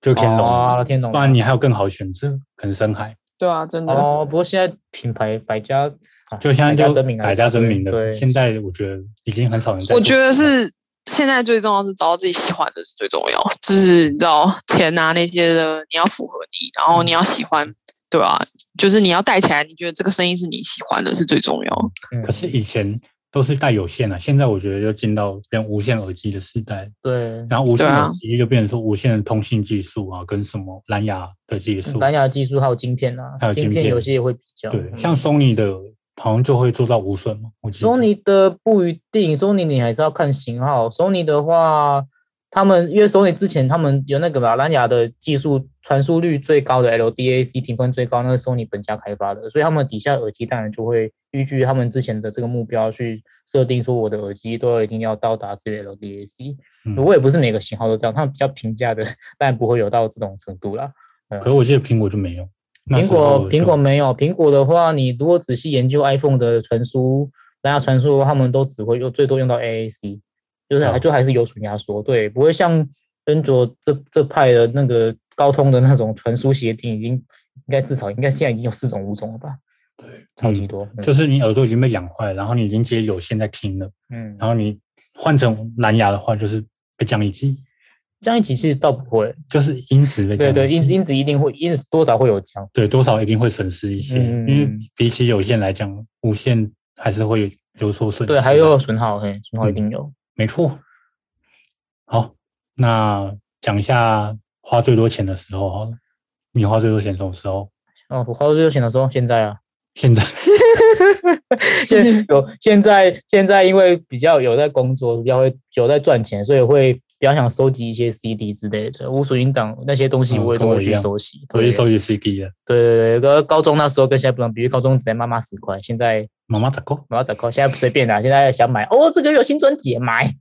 S2: 就天龙，
S3: 哦天龙
S2: 不然你还有更好的选择，可能深海。
S1: 对啊，真的，
S3: 哦，不过现在品牌百家啊
S2: 就现在
S3: 百家
S2: 就
S3: 争鸣啊
S2: 百家争鸣的，
S3: 对，
S2: 现在我觉得已经很少人在做。
S1: 我觉得是现在最重要是找到自己喜欢的是最重要，就是你知道钱啊那些的，你要符合你，然后你要喜欢，对吧、就是你要戴起来，你觉得这个声音是你喜欢的是最重要。
S3: 嗯
S2: 可是以前都是戴有线啊，现在我觉得又进到变无线耳机的时代，
S3: 对
S2: 然后无线
S1: 对啊
S2: 耳机就变成说无线的通信技术啊，跟什么蓝牙的技术，
S3: 蓝牙技术还有晶片啊，
S2: 还有
S3: 晶
S2: 晶片
S3: 有些也会比较。
S2: 对，
S3: 嗯
S2: 像 Sony 的，好像就会做到无损嘛。我记得
S3: Sony 的不一定，Sony 你还是要看型号。Sony 的话，他们因为 Sony 之前他们有那个吧，蓝牙的技术传输率最高的 LDAC 频宽最高，那是 Sony 本家开发的，所以他们底下耳机当然就会依据他们之前的这个目标去设定，说我的耳机都一定要到达这个 LDAC。
S2: 嗯
S3: 不过也不是每个型号都这样，他们比较平价的， 但不会有到这种程度啦。
S2: 可是我记得苹果就没有。那
S3: 苹
S2: 时候
S3: 果
S2: 就
S3: 苹果没有，苹果的话，你如果仔细研究 iPhone 的传输，蓝牙传输的话，他们都只会用最多用到 AAC，就是还
S2: 哦
S3: 就还是有损压缩，对，不会像安卓这这派的那个高通的那种传输协定，已经应该至少应该现在已经有四种五种了吧？对，超级
S2: 嗯
S3: 多，嗯
S2: 就是你耳朵已经被养坏，然后你已经接有线在听了，
S3: 嗯，
S2: 然后你换成蓝牙的话，就是被降一级，
S3: 这样一起其实倒不会，
S2: 就是音质被降
S3: 对
S2: 一级。
S3: 对，因因此一定会因此多少会有降，
S2: 对多少一定会损失一些，
S3: 嗯嗯嗯
S2: 因为比起有线来讲，无线还是会有有所损失。
S3: 对，还有损耗，嘿，损耗一
S2: 嗯
S3: 定有。
S2: 没错。好，那讲一下花最多钱的时候好了，你花最多钱什么时候？
S3: 哦，我花最多钱的时候，现在啊，
S2: 现在
S3: 现有现在现在因为比较有在工作，比较会有在赚钱，所以会比较想收集一些 CD 之类的，无属音档那些东西
S2: 嗯
S3: 我也
S2: 跟
S3: 都
S2: 我
S3: 会
S2: 一
S3: 去
S2: 样
S3: 收集。
S2: 我去
S3: 对
S2: 收集 CD 了，
S3: 对对对，跟高中那时候跟现在不能比，高中只能妈妈十块，现在
S2: 妈妈咋够
S3: 妈妈十块，现在随便啦，现在想买哦，这个有新专辑买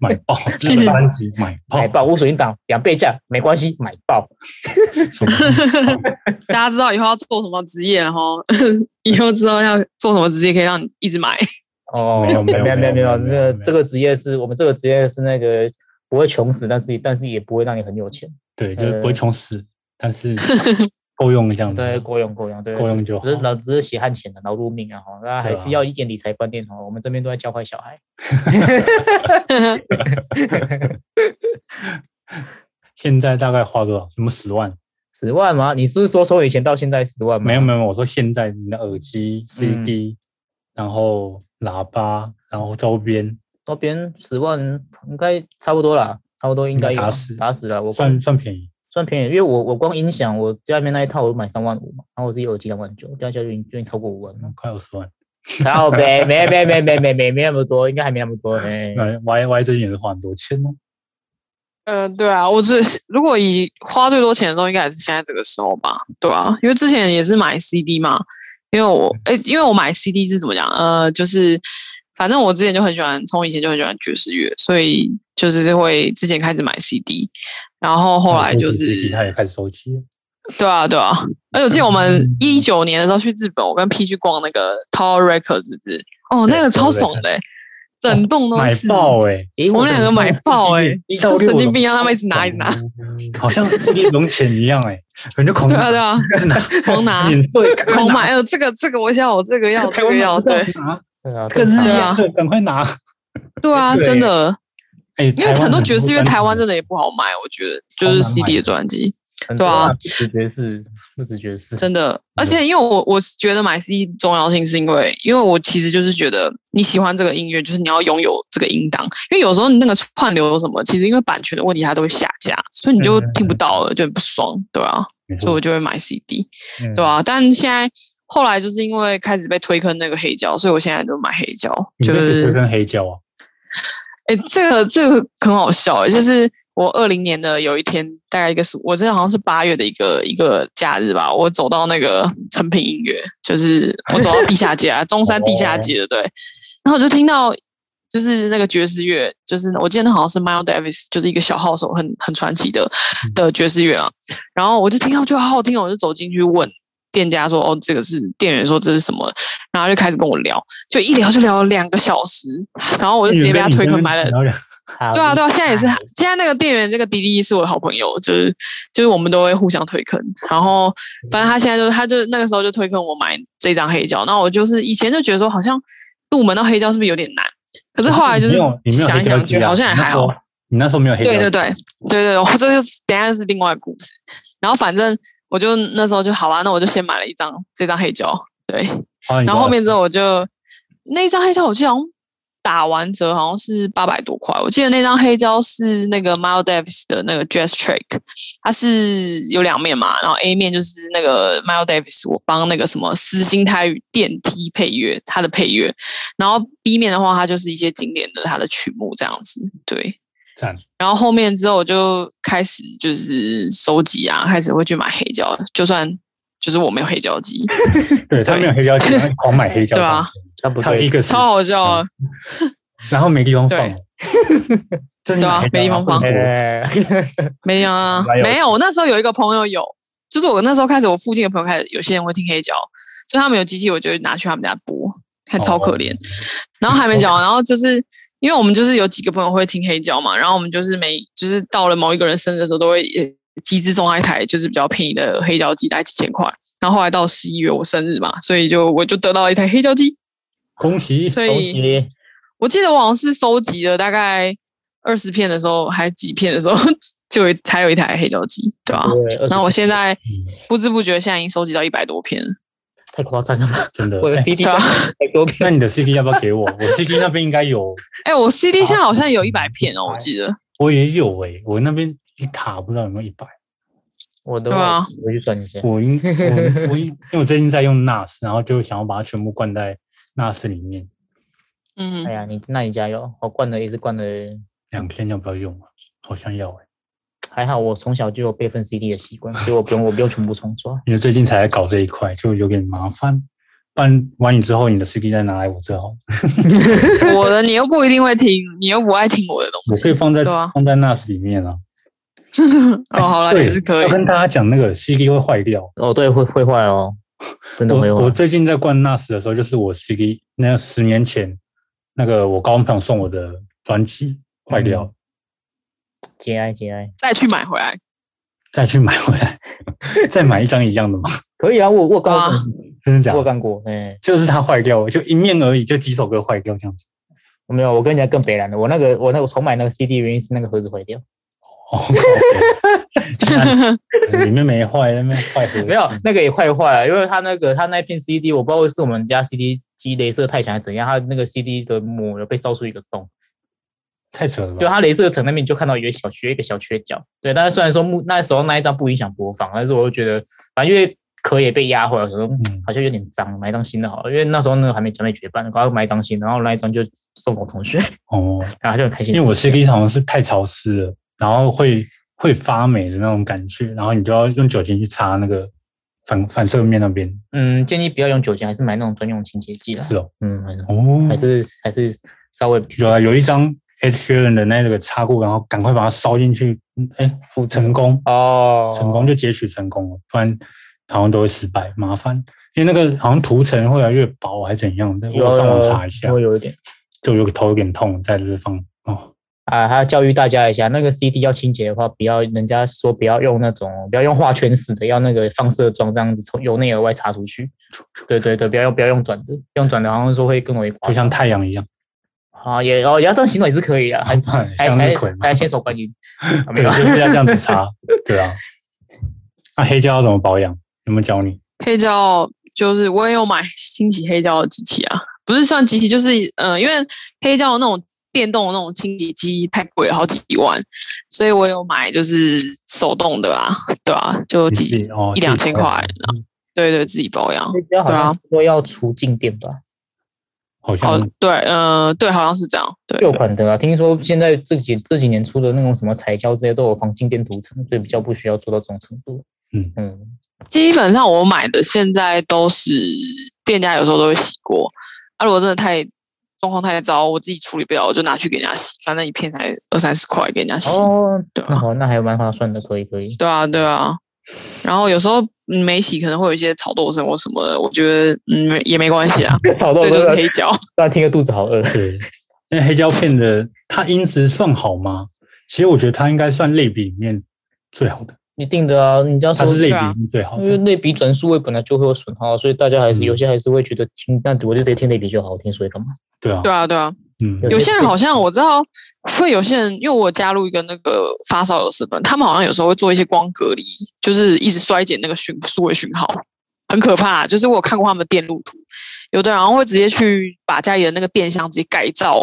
S2: 买 爆那个专辑买爆
S3: 买爆，无属音档两倍价没关系，买爆。
S2: 什么？
S1: 大家知道以后要做什么职业了哈， 以后知道要做什么职业可以让你一直买。
S3: 哦，
S2: 没有没有
S3: 没有
S2: 没有
S3: 没有，
S2: 没有
S3: 这个
S2: 没有
S3: 这个职业是我们这个职业是那个不会穷死，但是但是也不会让你很有钱。
S2: 对，就是不
S3: 呃
S2: 会穷死，但是够用这样子。
S3: 对，够用够用，对，
S2: 够嗯用就
S3: 只是
S2: 好
S3: 劳只是血汗钱的劳碌命啊，哈，那还
S2: 对
S3: 是
S2: 啊
S3: 要一点理财观念哦。我们这边都在教坏小孩，
S2: 现在大概花多少？什么十万？
S1: 嗯
S3: 十万吗？你是说从以前到现在十万吗？
S2: 没有没有，没有我说现在你的耳机、
S3: 嗯
S2: CD，、然后喇叭，然后周边，
S3: 周边十万应该差不多啦，差不多应该
S2: 应该
S3: 有
S2: 打死
S3: 打死了。我
S2: 算
S3: 算
S2: 算便宜。。
S3: 算便宜，因为我我光音响，我家里面那一套我买三万五嘛，然后我自己耳机两万九，加起来就已经就已经超过五万了
S2: 快二十万，
S3: 然后没没没没没没没没那么多，应该还没那么多。
S1: 嗯
S3: 哎，
S2: 那 Y Y 最近也是花很多钱呢、
S1: 呃，对啊，我只是如果以花最多钱的时候，应该也是现在这个时候吧，对啊，因为之前也是买 CD 嘛，因为我诶、因为我买 CD 是怎么讲？呃，就是反正我之前就很喜欢，从以前就很喜欢爵士乐，所以就是会之前开始买 CD，然后后
S2: 哦
S1: 来就
S2: 自己
S1: 是
S2: 他也开始收集了，
S1: 对啊对啊，而且我记得我们
S2: 嗯
S1: 一九年的时候去日本，我跟 P 去逛那个 Tower Records，是不是？哦，
S2: 对
S1: 那个
S2: Tower
S1: 超爽的、整栋都
S2: 买
S1: 是。
S2: 爆哎、欸！
S3: 诶
S1: 我们两个买爆哎、
S2: 一到
S1: 像
S2: 六
S1: 神经
S2: 的
S1: 病一样，他们一直拿一直拿。
S2: 好像是一种钱一样哎、感觉狂
S1: 对啊对 啊，狂拿
S2: 免费
S1: 狂买，呃，这个这个我想我这个要
S2: 台
S1: 这个
S2: 湾
S1: 要，对
S2: 拿，
S3: 对啊，
S2: 这个
S3: 正
S2: 是
S3: 常
S1: 对
S2: 亚
S1: 啊
S2: 克，赶快拿！
S1: 对啊，
S2: 对
S1: 真的，
S2: 哎，
S1: 因为
S2: 台湾
S1: 很多爵士乐
S2: 专辑
S1: 台湾真的也不好买，我觉得就
S2: 超难
S1: 是
S2: 买
S1: CD 的专辑
S3: 很
S1: 对啊
S3: 多不止爵士，不止爵士，
S1: 真的，而且因为我我是觉得买 CD 重要性是因为，因为我其实就是觉得你喜欢这个音乐，就是你要拥有这个音档，因为有时候你那个串流什么，其实因为版权的问题它都会下架，所以你就
S3: 嗯
S1: 听不到了，就很不爽，对啊，
S2: 没
S1: 所以
S2: 错
S1: 我就会买 CD。
S3: 嗯
S1: 对啊，但现在后来就是因为开始被推坑那个黑胶，所以我现在就买黑胶，
S2: 你
S1: 就
S2: 这个
S1: 是
S2: 跟黑胶啊，
S1: 哎、这个这个很好笑、欸，就是我二零年的有一天，大概一个暑，我这好像是八月的一个一个假日吧，我走到那个 成品音乐，就是我走到地下街啊，中山地下街，对，然后我就听到。就是那个爵士乐，就是我记得那好像是 Miles Davis，就是一个小号手，很很传奇的的爵士乐啊。然后我就听到就好好听哦，我就走进去问店家说：“哦，这个是店员说这是什么？”然后他就开始跟我聊，就一聊就聊了两个小时，然后我就直接被他推坑买了
S2: 然后两
S3: 好
S1: 对啊，对啊，现在也是
S3: 厉害，
S1: 现在那个店员，那个滴滴是我的好朋友，就是就是我们都会互相推坑。然后反正他现在就是，他就那个时候就推坑我买这张黑胶。那我就是以前就觉得说，好像入门到黑胶是不是有点难？可是后来就
S2: 你
S1: 是
S2: 没有你没有
S1: 想一
S2: 黑胶
S1: 想，
S2: 机
S1: 觉
S2: 啊
S1: 得好像也还好。。
S2: 你那时候你那时候没有黑胶
S1: 对对
S2: 机，
S1: 对对对，我 这就是等一下是另外的故事。然后反正我就那时候就好啊，那我就先买了一张这张黑胶，对。
S2: 哦，
S1: 然后
S2: 你知道
S1: 后面之后我就那张黑胶，我记得好像打完折好像是八百多块。我记得那张黑胶是那个 Miles Davis 的那个 Jazz Track，它是有两面嘛，然后 A 面就是那个 Miles Davis 我帮那个什么私心台语电梯配乐，它的配乐，然后 B 面的话，它就是一些经典的它的曲目这样子，对。
S2: 赞，
S1: 然后后面之后我就开始就是收集啊，开始会去买黑胶，就算就是我没有黑胶机，
S2: 对他没有黑胶机，他狂买黑胶，
S1: 对啊，
S3: 那不
S2: 他有
S3: 对
S2: 一，个
S1: 超好笑啊！
S2: 然后没地方放
S1: 对，
S2: 真的
S1: 对啊
S2: 买黑胶
S1: 没地方放
S2: 然后不能播
S3: 哎
S1: 没有啊
S2: 哪，有
S1: 没有。我那时候有一个朋友有，就是我那时候开始，我附近的朋友开始，有些人会听黑胶，所以他们有机器，我就拿去他们家播，看超可怜。
S2: 哦
S1: 然后还没讲完，然后就是因为我们就是有几个朋友会听黑胶嘛，然后我们就是每就是到了某一个人生日的时候，都会也集资送他一台就是比较便宜的黑胶机，大概几千块。然后后来到十一月我生日嘛，所以就我就得到了一台黑胶机，
S2: 恭喜，
S1: 所
S3: 恭
S1: 以
S3: 喜
S1: 我记得我好像是收集了大概二十片的时候，还几片的时候就有才有一台黑胶机，对吧、
S3: 对，
S1: 然
S3: 啊那
S1: 后我现在不知不觉现在已经收集到一百多片了，
S3: 太夸张了吧？
S2: 真的
S3: 我。的
S2: 哎
S3: CD
S1: 对啊
S3: 太多片，
S2: 那你的 CD 要不要给我？我 CD 那边应该有，
S1: 哎、我 CD 现在好像有一百片哦，我记得。
S2: 我也有诶，我那边一塔不知道有没有一百。
S3: 我都
S1: 对啊
S3: 我去算一下。
S2: 我 应我我因因为我最近在用 NAS，然后就想要把它全部灌在 NAS 里面，
S1: 嗯
S3: 哎，呀，你那你加油！我灌了也是灌了，
S2: 两片要不要用啊？好像要诶。
S3: 还好我从小就有备份 CD 的习惯，所以我不用我不用全部重抓。
S2: 因为最近才在搞这一块，就有点麻烦。办完你之后，你的 CD 再拿来我这好了，
S1: 我的你又不一定会听，你又不爱听我的
S2: 我
S1: 东
S2: 可以
S1: 西。
S2: 放在、
S1: 对啊
S2: 放在 NAS 里面啊。
S1: 哦，好了，
S2: 对，
S1: 也是可以
S2: 要。跟大家讲那个 CD 会坏掉。
S3: 哦，对，会会坏 哦，真的会
S2: 我我
S3: 坏。
S2: 最近在灌 NAS 的时候，就是我 CD 那
S3: 嗯
S2: 十年前那个我高中朋友送我的专辑坏掉了，
S3: 节哀节哀，
S1: 再去买回来。
S2: 再去买回来， 再买一张一样的嘛？
S3: 可以啊，我我有干过
S1: 啊
S3: 这种事情，
S2: 真的假
S3: 我有
S2: 的？
S3: 干过，哎，
S2: 就是它坏掉，就一面而已，就几首歌坏掉这样子。
S3: 我没有，我跟人家更北蓝的，我那个我那个我重买那个 CD 原因是那个盒子坏掉，
S2: 哦，靠里面没坏，那边坏盒子
S3: 没有那个也坏坏了，因为他那个他那片 CD 我不知道是我们家 CD 机镭射太强还是怎样，他那个 CD 的膜有被烧出一个洞。
S2: 太扯了吧？
S3: 就它镭射层那边你就看到有一小缺一个小缺角，对。但是虽然说目那时候那一张不影响播放，但是我就觉得，反正因为壳也被压坏了，可能
S2: 嗯
S3: 好像有点脏，买一张新的好了。因为那时候那个还没还没绝版，赶快买一张新，然后那一张就送我同学，
S2: 哦，
S3: 然后他就很开心。
S2: 因为我 CD 好像是太潮湿了，然后会会发霉的那种感觉，然后你就要用酒精去擦那个反反射面那边。
S3: 嗯，建议不要用酒精，还是买那种专用清洁剂啦。
S2: 是哦，
S3: 嗯，还是
S2: 哦，
S3: 还是还是稍微
S2: 有啊，有一张 H 学人的那个擦过，然后赶快把它烧进去，嗯哎，成功，
S3: 哦，
S2: 成功就截取成功了，不然好像都会失败，麻烦。因为那个好像涂层越来越薄，还是怎样的？
S3: 有
S2: 我上网查一下
S3: 呃有，有一点
S2: 就有头有点痛，再就是放哦，
S3: 啊，还要教育大家一下，那个 CD 要清洁的话，不要人家说不要用那种，不要用画圈式的，要那个放射状这样子从由内而外插出去。对对对，不要用不要用转的，用转的好像说会更容易刮
S2: 就
S3: 伤。
S2: 像太阳一样，
S3: 啊，也哦，也要这样形容也是可以 啊，还还
S2: 向日
S3: 还
S2: 葵嘛
S3: 还要先手观 音，啊没
S2: 对，
S3: 有
S2: 就
S3: 啊，
S2: 是要这样子 擦，对啊。那黑胶要怎么保养？有没有教你？
S1: 黑胶就是我也有买新奇黑胶的机器啊，不是算机器，就是嗯、呃因为黑胶的那种电动的那种清洗机太贵了，好几万，所以我有买就是手动的啊，对啊，就
S2: 你自
S1: 几
S2: 己嗯哦，
S1: 一两千块
S2: 自己保养
S1: 对对自己保养。
S3: 那 边好
S1: 对啊
S3: 像说要除静电吧，
S2: 好
S1: 哦
S2: 像，
S1: 对，呃，对，好像是这样，对，
S3: 旧款的啊，听说现在这几这几年出的那种什么彩胶这些都有防静电涂层，所以比较不需要做到这种程度。
S2: 嗯
S3: 嗯，
S1: 基本上我买的现在都是店家有时候都会洗过，啊，如果真的太状况太糟，我自己处理不了，我就拿去给人家洗，反正一片才二三十块给人家洗，
S3: 哦，
S1: 对
S3: 那
S1: 啊，
S3: 好，那还蛮划算的，可以可以。
S1: 对啊，对啊。然后有时候嗯没洗可能会有一些草豆声或什么的，我觉得嗯没也没关系啊，
S3: 吵到
S1: 这
S3: 我
S1: 就是
S3: 都
S1: 黑胶。
S3: 大家听个肚子好饿。
S2: 对。那黑胶片的它音质算好吗？其实我觉得它应该算类比里面最好的，
S3: 一定的啊，你这样
S2: 它
S3: 说
S2: 是类
S1: 对
S2: 比
S1: 啊
S2: 里面最好
S3: 因为
S2: 的。
S3: 类比转数位本来就会有损耗，啊所以大家还是、
S2: 嗯
S3: 有些还是会觉得听，那我就直接听类比就好，我听所以干嘛？
S2: 对啊
S1: 对，啊，对啊，
S2: 嗯，
S1: 有些人好像我知道会有些人，因为我加入一个那个发烧友社团，他们好像有时候会做一些光隔离，就是一直衰减那个讯数位讯号，很可怕。啊就是我有看过他们的电路图，有的然后会直接去把家里的那个电箱直接改造，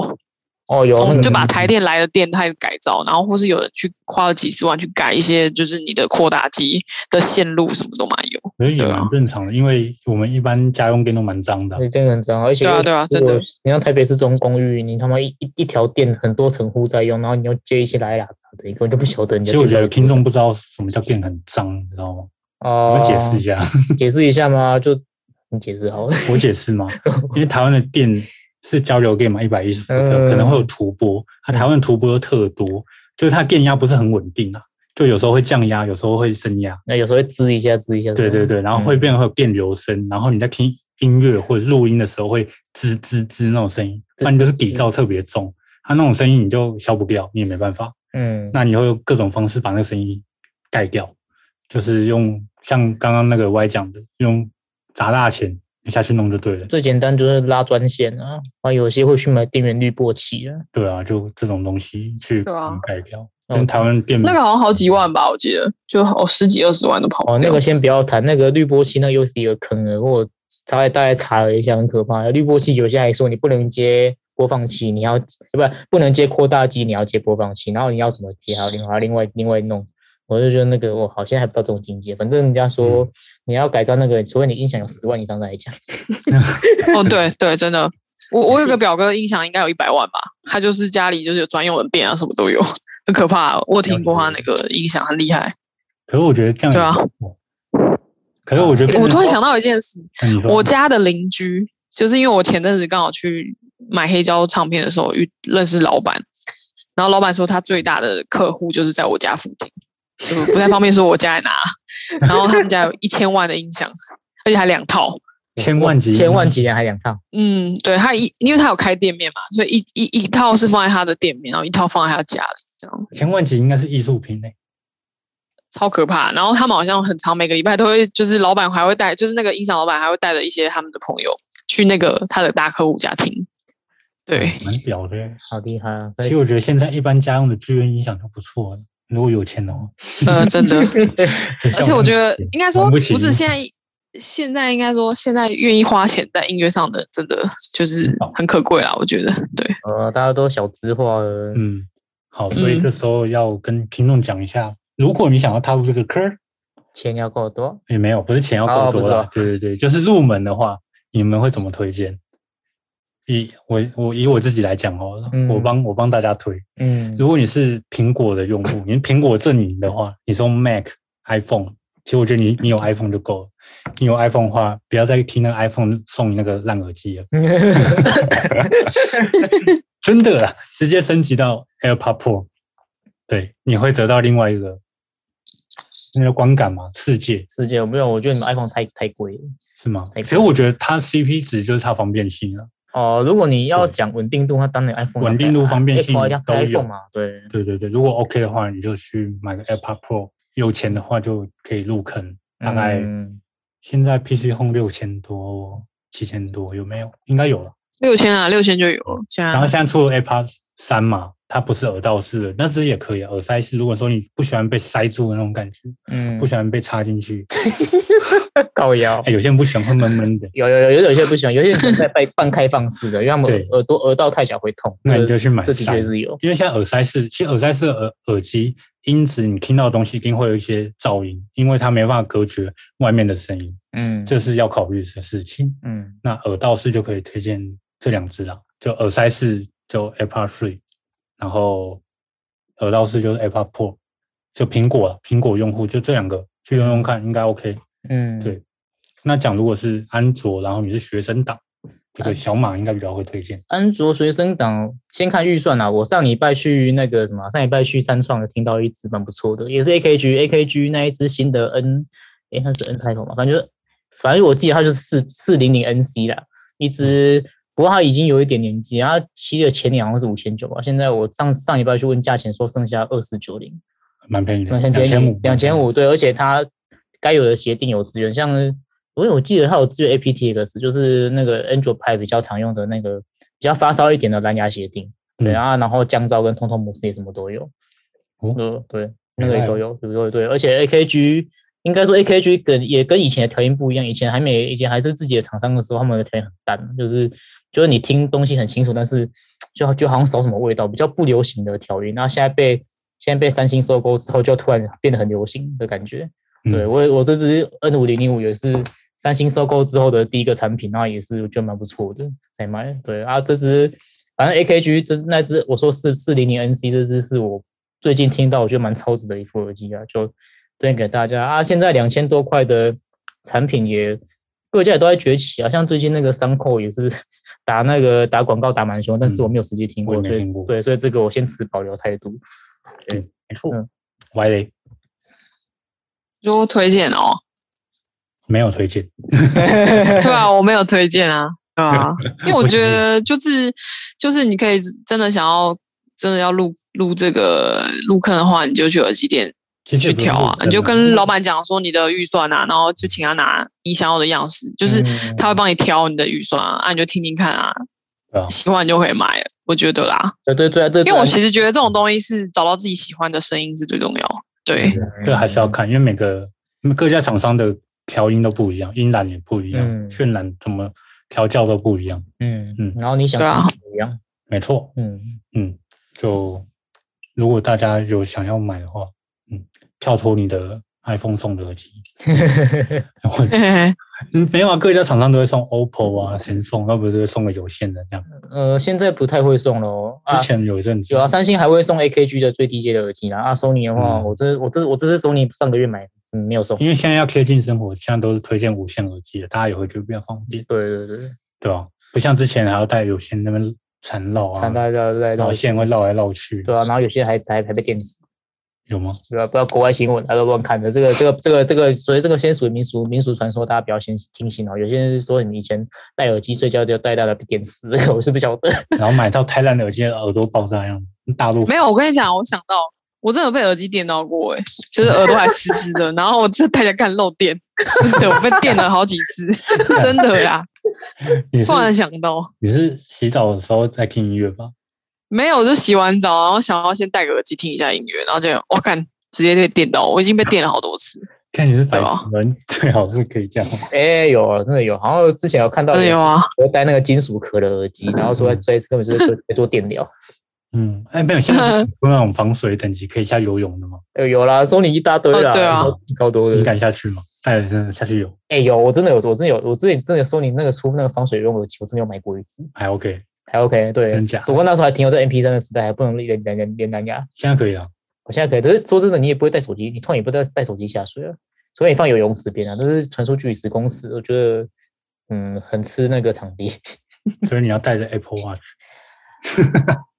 S3: 哦，有那
S1: 从
S3: 个
S1: 就把台电来的电它改造，然后或是有人去花了几十万去改一些，就是你的扩大机的线路什么都蛮有。
S2: 我觉得也
S1: 对啊
S2: 蛮正常的，因为我们一般家用电都蛮脏的啊。
S3: 那电很脏，而且
S1: 对啊
S3: 又
S1: 对啊
S3: 如
S1: 真
S3: 果
S1: 的
S3: 你像台北市这种公寓，你他妈一一一条电很多层户在用，然后你又接一些来拉杂的，你根本就不晓得你
S2: 其
S3: 的
S2: 实我
S3: 电到底多
S2: 觉
S3: 脏。
S2: 得听众不知道什么叫电很脏，你知道吗？
S3: 哦
S1: 啊
S2: 我，解释一下，
S3: 解释一下吗？就你解释好了。
S2: 我解释 吗？因为台湾的电是交流电嘛，一百一十伏
S3: 嗯
S2: 特，可能会有突波。它台湾的突波又特多，就是它电压不是很稳定啊，就有时候会降压，有时候会升压。
S3: 那有时候会滋一下，滋一下。嗯
S2: 对对对，然后会变会有电流声，然后你在听音乐或者录音的时候会吱吱吱那种声音，不然就是底噪特别重，它那种声音你就消不掉，你也没办法。
S3: 嗯，
S2: 那你会用各种方式把那个声音盖掉，就是用像刚刚那个 Y 讲的，用砸大钱你下去弄就对了。
S3: 最简单就是拉专线啊，啊，有些会去买电源滤波器啊。
S2: 对啊，就这种东西去
S1: 对啊
S2: 改掉，
S3: 哦
S2: 跟台湾电
S1: 那个好像好几万吧，我记得就哦十几二十万都跑不掉。
S3: 哦，那个先不要谈，那个滤波器那又是一个坑了。我大概大概查了一下，很可怕。滤波器有些还说你不能接播放器，你要呃不不能接扩大机，你要接播放器，然后你要怎么接，还要另外还要另外另外弄。我就觉得那个我好像还不到这种境界，反正人家说、
S2: 嗯
S3: 你要改造那个，除非你音响有十万以上再讲。
S1: 哦，对对，真的，我我有个表哥，音响应该有一百万吧，他就是家里就是有专用的店啊，什么都有，很可怕、啊我有听过他那个音响很厉害。
S2: 可是我觉得这样
S1: 对啊
S2: 也不错，可是我觉得变
S1: 我
S2: 成
S1: 突然
S2: 说
S1: 想到一件事，
S2: 嗯你说
S1: 我家的邻居，就是因为我前阵子刚好去买黑胶唱片的时候遇认识老板，然后老板说他最大的客户就是在我家附近，就不太方便说我家在哪，然后他们家有一千万的音响，而且还两套。
S2: 千万级， 嗯
S3: 千万级啊人还两趟，
S1: 嗯，对他一，因为他有开店面嘛，所以一一一套是放在他的店面，然后一套放在他家里，这样
S2: 千万级应该是艺术品诶、欸
S1: 超可怕。然后他们好像很长，每个礼拜都会，就是老板还会带，就是那个音响老板还会带着一些他们的朋友去那个他的大客户家听。对，
S2: 蛮屌的欸、
S3: 好厉害啊！
S2: 其
S3: 所以
S2: 实我觉得现在一般家用的剧院音响就不错了，如果有钱的话。
S1: 呃，真的，而且我觉得应该说
S2: 玩不起
S1: 不是现在，现在应该说现在愿意花钱在音乐上的，真的就是
S2: 哦
S1: 很可贵啦。我觉得，对，
S3: 呃，大家都小资化了，
S2: 嗯，好，所
S1: 嗯
S2: 以这时候要跟听众讲一下，如果你想要踏入这个坑儿，
S3: 钱要够多。
S2: 也没有，不是钱要
S3: 哦
S2: 够
S3: 不
S2: 多
S3: 是
S2: 啦，
S3: 哦
S2: 对对对，就是入门的话，你们会怎么推荐？以我我以我自己来讲哦，
S3: 嗯
S2: 我帮我帮大家推。
S3: 嗯，
S2: 如果你是苹果的用户，你是苹果阵营的话，你是用 Mac、iPhone，其实我觉得你你有 iPhone 就够了。你有 iPhone 的话，不要再听那个 iPhone 送你那个烂耳机了，真的啦，直接升级到 AirPod Pro，对，你会得到另外一个那个观感嘛，世界
S3: 世界有没有？我觉得你们 iPhone 太太贵了。
S2: 是吗？
S3: 没错
S2: 其实我觉得它 CP 值就是它方便性了，
S3: 哦，如果你要
S2: 对
S3: 讲稳定度，那当然 iPhone
S2: 稳
S3: 要
S2: 定
S3: 配
S2: 度
S3: 啊
S2: 方便性
S3: Apple 要配
S2: 都有
S3: iPhone 嘛，对，
S2: 对对对，如果 OK 的话，你就去买个 AirPod Pro，有钱的话就可以入坑，大概、
S3: 嗯
S2: 现在 PC Home 六千多、七千多有没有？应该有了。
S1: 六千啊，六千就有了。现在
S2: 然后现在出了 AirPod 三嘛，它不是耳道式的，但是也可以啊耳塞式。如果说你不喜欢被塞住的那种感觉，
S3: 嗯
S2: 不， 喜欢被插进去，
S3: 高腰，
S2: 哎，有些人不喜欢会闷闷的
S3: 有有有有有些不喜欢，有些人可能在半半开放式的，因为他们
S2: 对
S3: 耳朵耳道太小会痛。
S2: 那
S3: 这
S2: 你
S3: 个
S2: 就去买
S3: 这的
S2: 塞
S3: 确是有，
S2: 因为现在耳塞式，其实耳塞式的耳耳机音质，你听到的东西一定会有一些噪音，因为它没办法隔绝外面的声音，
S3: 嗯，
S2: 这是要考虑的事情。
S3: 嗯
S2: 那耳道式就可以推荐这两只啦，就耳塞式就 AirPod Three，然后耳道式就是 AirPod Pro，就苹果啊苹果用户就这两个去用用看，应该 OK。
S3: 嗯，
S2: 对那讲如果是安卓，然后你是学生党，这个小马应该比较会推荐。
S3: 安卓随身党，先看预算啦。啊我上礼拜去那个什么，啊上礼拜去三创有听到一支蛮不错的，也是 AKG AKG 那一支新的 N，诶，它是 N 开头嘛，反正就是反正我记得它就是四四零零 NC 啦，一支。不过它已经有一点年纪，它其实前年好像是五千九吧，现在我上上礼拜去问价钱，说剩下二四九零，
S2: 蛮便宜的，
S3: 很
S2: 两
S3: 便
S2: 千
S3: 宜
S2: 五，，
S3: 两千。五对，而且它该有的协定有资源，像我有记得它有支援 aptX，就是那个 Android 派比较常用的那个比较发烧一点的蓝牙协定，对
S2: 嗯
S3: 啊，然后降噪跟通透模式也什么都有，
S2: 哦
S3: 呃对，那个
S2: 厉
S3: 也
S2: 害
S3: 都有，比如说对，而且 AKG 应该说 AKG 跟也跟以前的调音不一样，以前还没以前还是自己的厂商的时候，他们的调音很淡，就是就是你听东西很清楚，但是就就好像少什么味道，比较不流行的调音。然后现在被现在被三星收购之后，就突然变得很流行的感觉。
S2: 嗯
S3: 对我我这支 N 五零零五也是三星收购之后的第一个产品，然后也是我觉得蛮不错的才买。对啊，这支反正 AKG 这那支我说四四零零 NC 这支是我最近听到我觉得蛮超值的一副耳机啊，就推荐给大家啊。现在两千多块的产品也各家也都在崛起啊，像最近那个三扣也是打那个打广告打蛮凶，但是我没有实际听
S2: 嗯我
S3: 过，
S2: 也没
S3: 所以
S2: 听过
S3: 对，所以这个我先持保留态度。
S2: 没错
S3: 嗯。
S2: 歪雷
S1: 就推荐 哦，
S2: 没有推荐，
S1: 对啊，我没有推荐啊，对 啊，因为我觉得就是就是你可以真的想要真的要录录这个入坑的话，你就去耳机店
S2: 其实
S1: 去
S2: 也不是
S1: 调啊
S2: 入，坑
S1: 你就跟老板讲说你的预算啊，然后就请他拿你想要的样式，就是
S3: 嗯
S1: 他会帮你挑你的预算啊，啊你就听听看啊
S2: 对
S3: 嗯
S2: 啊，
S1: 喜欢你就可以买了，我觉得啦，
S3: 对对对啊，这
S1: 因为我其实觉得这种东西是找到自己喜欢的声音是最重要，对，
S2: 这还是要看，因为每个各家厂商的调音都不一样，音染也不一样，
S3: 嗯
S2: 渲染怎么调教都不一样。
S3: 嗯嗯
S2: 嗯，
S3: 然后你想
S1: 对啊
S3: 怎么样？
S2: 没错，
S3: 嗯，
S2: 嗯，就如果大家有想要买的话，嗯，跳脱你的 iPhone 送的耳机，
S1: 嘿嘿嘿
S2: 嗯，没有啊，各家厂商都会送 OPPO 啊、神送，要不就会送个有线的这样。
S3: 呃，现在不太会送了哦。啊
S2: 之前有一阵子
S3: 有啊，三星还会送 AKG 的最低阶的耳机啦。啊，Sony 的话，
S2: 嗯
S3: 我这我这我这是 Sony 上个月买，嗯，没有送。
S2: 因为现在要贴近生活，现在都是推荐无线耳机的，大家也会觉得比较方便，
S3: 对对对，
S2: 对吧、不像之前还要带有线那边缠绕啊，
S3: 常大家在啊
S2: 然后线会绕来绕去。
S3: 对啊，然后有些还还还被电死。
S2: 有吗？
S3: 对吧？不要国外新闻，大家都乱看的。这个、这个、这个、这个，所以这个先属于民俗民俗传说，大家不要先听信哦。有些人是说你以前戴耳机睡觉就戴到了电死，这个 我是不晓得。
S2: 然后买到台南耳机，耳朵爆炸样，大陆
S1: 没有，我跟你讲，我想到我真的有被耳机电到过、欸，哎，就是耳朵还湿湿的，然后我这大家看漏电，对我被电了好几 次，
S3: 啊
S1: 真的啦。
S2: 你是
S1: 突然想到，
S2: 你是洗澡的时候在听音乐吧？
S1: 没有，我就洗完澡，然后想要先戴个耳机听一下音乐，然后就我看直接被电到，我已经被电了好多次。
S2: 看你是白
S1: 对哦
S2: 痴人，最好是可以这样。
S3: 哎、有真的有，好像之前有看到
S1: 真的有啊，
S3: 我戴那个金属壳的耳机，然后说在这次根本就是在做电疗。
S2: 嗯，哎，没有，现在 不是有那种防水等级可以下游泳的吗？
S3: 哎有啦，送你一大堆啦，
S1: 哦对啊
S3: 超，超多
S2: 你
S3: 的。
S2: 敢下去吗？带着真的下去游，
S3: 哎、有，我真的有，我真的有，我之前真的说你那个出那个防水用耳机，我真的有买过一次，
S2: 还 OK，
S3: 还 OK。对，
S2: 真假
S3: 不过那时候还停留在 MP 3的时代，还不能连连连连蓝牙。
S2: 现在可以了。
S3: 我现在可以，可是说真的，你也不会带手机，你突然也不带带手机下水了，除非你放游泳池边啊。但是传说距离十公尺，我觉得嗯，很吃那个场地。
S2: 所以你要带着 Apple Watch，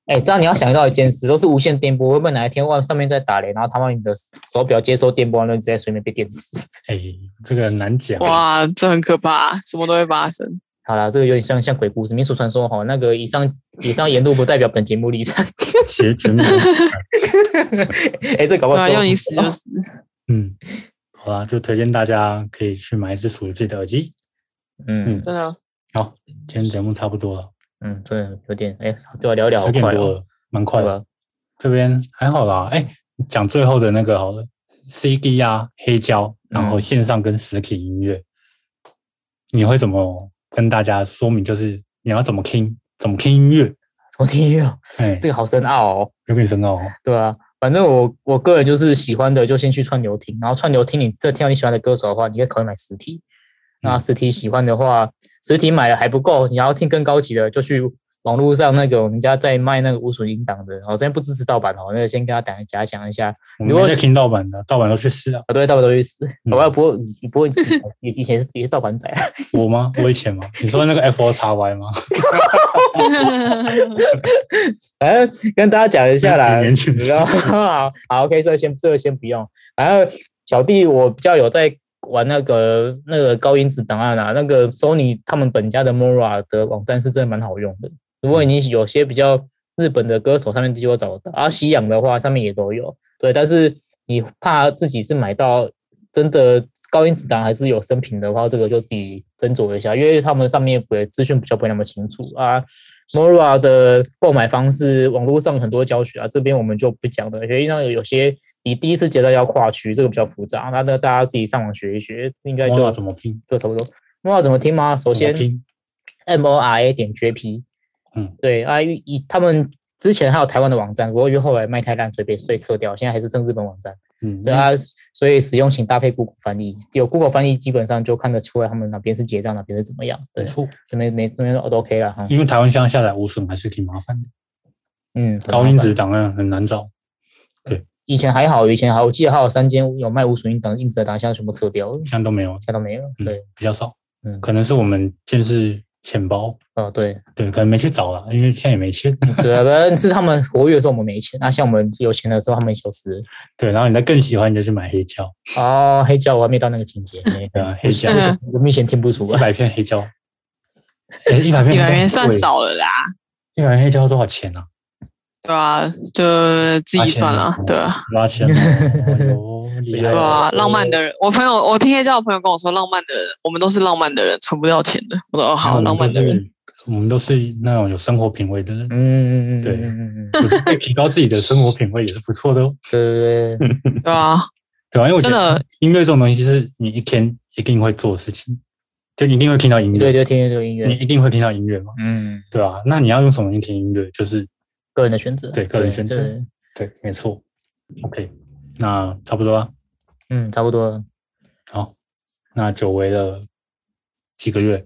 S3: 哎、这样你要想到一件事，都是无线电波，会不会哪一天外上面在打雷，然后他妈你的手表接收电波，然后你直接随便被电死？
S2: 哎，这个很难讲。
S1: 哇，这很可怕，什么都会发生。
S3: 好啦，这个有点像像鬼故事、民俗传说哈。那个以上以上言论不代表本节目立场。
S2: 学全面，
S3: 哎、这搞不
S1: 对
S3: 好
S1: 啊，
S3: 最
S1: 要
S3: 后
S1: 你死就死。
S2: 嗯，好啦，就推荐大家可以去买一只属于自己的耳机。
S3: 嗯
S2: 嗯
S1: 真 的，
S2: 好，今天节目差不多了，
S3: 嗯，真的有点哎，对啊，聊一聊好
S2: 十点
S3: 快
S2: 多
S3: 哦，
S2: 了，蛮快
S3: 对
S2: 的。
S3: 吧？
S2: 这边还好啦，哎，讲最后的那个好了，CD 啊，黑胶，然后
S3: 嗯
S2: 线上跟实体音乐，你会怎么跟大家说明？就是你要怎么听，怎么听音乐？
S3: 我听音乐哦，
S2: 哎
S3: 这，个好深奥哦。
S2: 有点深奥哦。
S3: 对啊，反正我我个人就是喜欢的就先去串流听，然后串流听你这听到你喜欢的歌手的话，你可以考虑买实体。那
S2: 嗯
S3: 实体喜欢的话，实体买了还不够，你要听更高级的，就去网络上那个我们家在卖那个无损音档的，我、哦、之前不支持盗版哦，那个先跟他讲讲讲一下，
S2: 我
S3: 如果
S2: 们在听盗版的，盗版都去试啊。
S3: 啊，对，盗版都会死。
S2: 嗯
S3: 好吧，不过你不过以前以以前是也是盗版仔，啊
S2: 我吗？我以前吗？你说那个 F O X Y 吗？
S3: 反正跟大家讲一下啦。
S2: 年前
S3: 然后 好好，OK，这个先这个先不用。然后小弟我比较有在玩那个那个高音质档案啊，那个 Sony 他们本家的 Mora 的网站是真的蛮好用的。如果你有些比较日本的歌手上面就有找得到，啊，西洋的话上面也都有。对，但是你怕自己是买到真的高音质档还是有升频的话，这个就自己斟酌一下，因为他们上面的资讯比较不会那么清楚啊。Mora 的购买方式，网络上很多教学啊，这边我们就不讲了，因为那有些你第一次接到要跨区，这个比较复杂，那那大家自己上网学一学，应该
S2: 摸
S3: 就
S2: 到怎么拼？
S3: 就差不多。Mora 怎么听吗？首先
S2: 怎么拼
S3: M O R A 点 J P，
S2: 嗯，
S3: 对啊，以以他们之前还有台湾的网站，不过因为后来卖太烂，所以被所以撤掉，现在还是正日本网站。
S2: 嗯，
S3: 对啊，所以使用请搭配 Google 翻译，有 Google 翻译基本上就看得出来他们哪边是结账，哪边是怎么样。
S2: 没
S3: 对，
S2: 错，
S3: 这边没这边都 OK 了哈。
S2: 因为台湾现在下载无损还是挺麻烦的，
S3: 嗯，很
S2: 高
S3: 麻
S2: 音
S3: 烦
S2: 质档案很难找。
S3: 以前还好，以前还我记得还有三间有卖无损音档硬质的档，现在全部撤掉了，现
S2: 现在都没有，
S3: 在都没了。
S2: 嗯
S3: 对，，
S2: 比较少，
S3: 嗯，
S2: 可能是我们见识浅薄，
S3: 哦对，
S2: 对，可能没去找了，因为现在也没钱。
S3: 对啊，反正是他们活跃的时候我们没钱，那像我们有钱的时候他们消失了。
S2: 对，然后你再更喜欢，你就去买黑胶，
S3: 哦，黑胶我还没到那个境界，没
S2: 对啊，黑胶
S1: 嗯
S3: 我明显听不出
S2: 一
S3: 来。
S2: 百片黑 胶，哎，一 百片，
S1: 一百元算，少了啦，
S2: 一百片黑胶多少钱啊？
S1: 对啊，就自己算了，对啊。
S2: 八千 哦，哎呦厉害
S1: 对
S2: 了！
S1: 啊，浪漫的人，我朋友，我听黑教的朋友跟我说，浪漫的人，我们都是浪漫的人，存不到钱的。我说哦，
S2: 嗯
S1: 好，浪漫的人，
S2: 我们都是，我们都是那种有生活品味的 人，
S3: 嗯嗯嗯，
S2: 对
S3: 嗯嗯嗯嗯，
S2: 可以提高自己的生活品味也是不错的哦。
S3: 对对对，
S1: 对啊，
S2: 对啊，因为我觉
S1: 真
S2: 得
S1: 的
S2: 音乐这种东西是你一天一定会做的事情，就你一定会听到音
S3: 对
S2: 乐，
S3: 对，听这个音乐
S2: 你，一定会听到音乐嘛，
S3: 嗯。
S2: 对啊，那你要用什么去听音乐？就是
S3: 个人的选择，
S2: 对个人选择
S3: 对
S2: 对，没错。OK，那差不多啊。
S3: 嗯，差不多了。
S2: 好，那久违了几个月，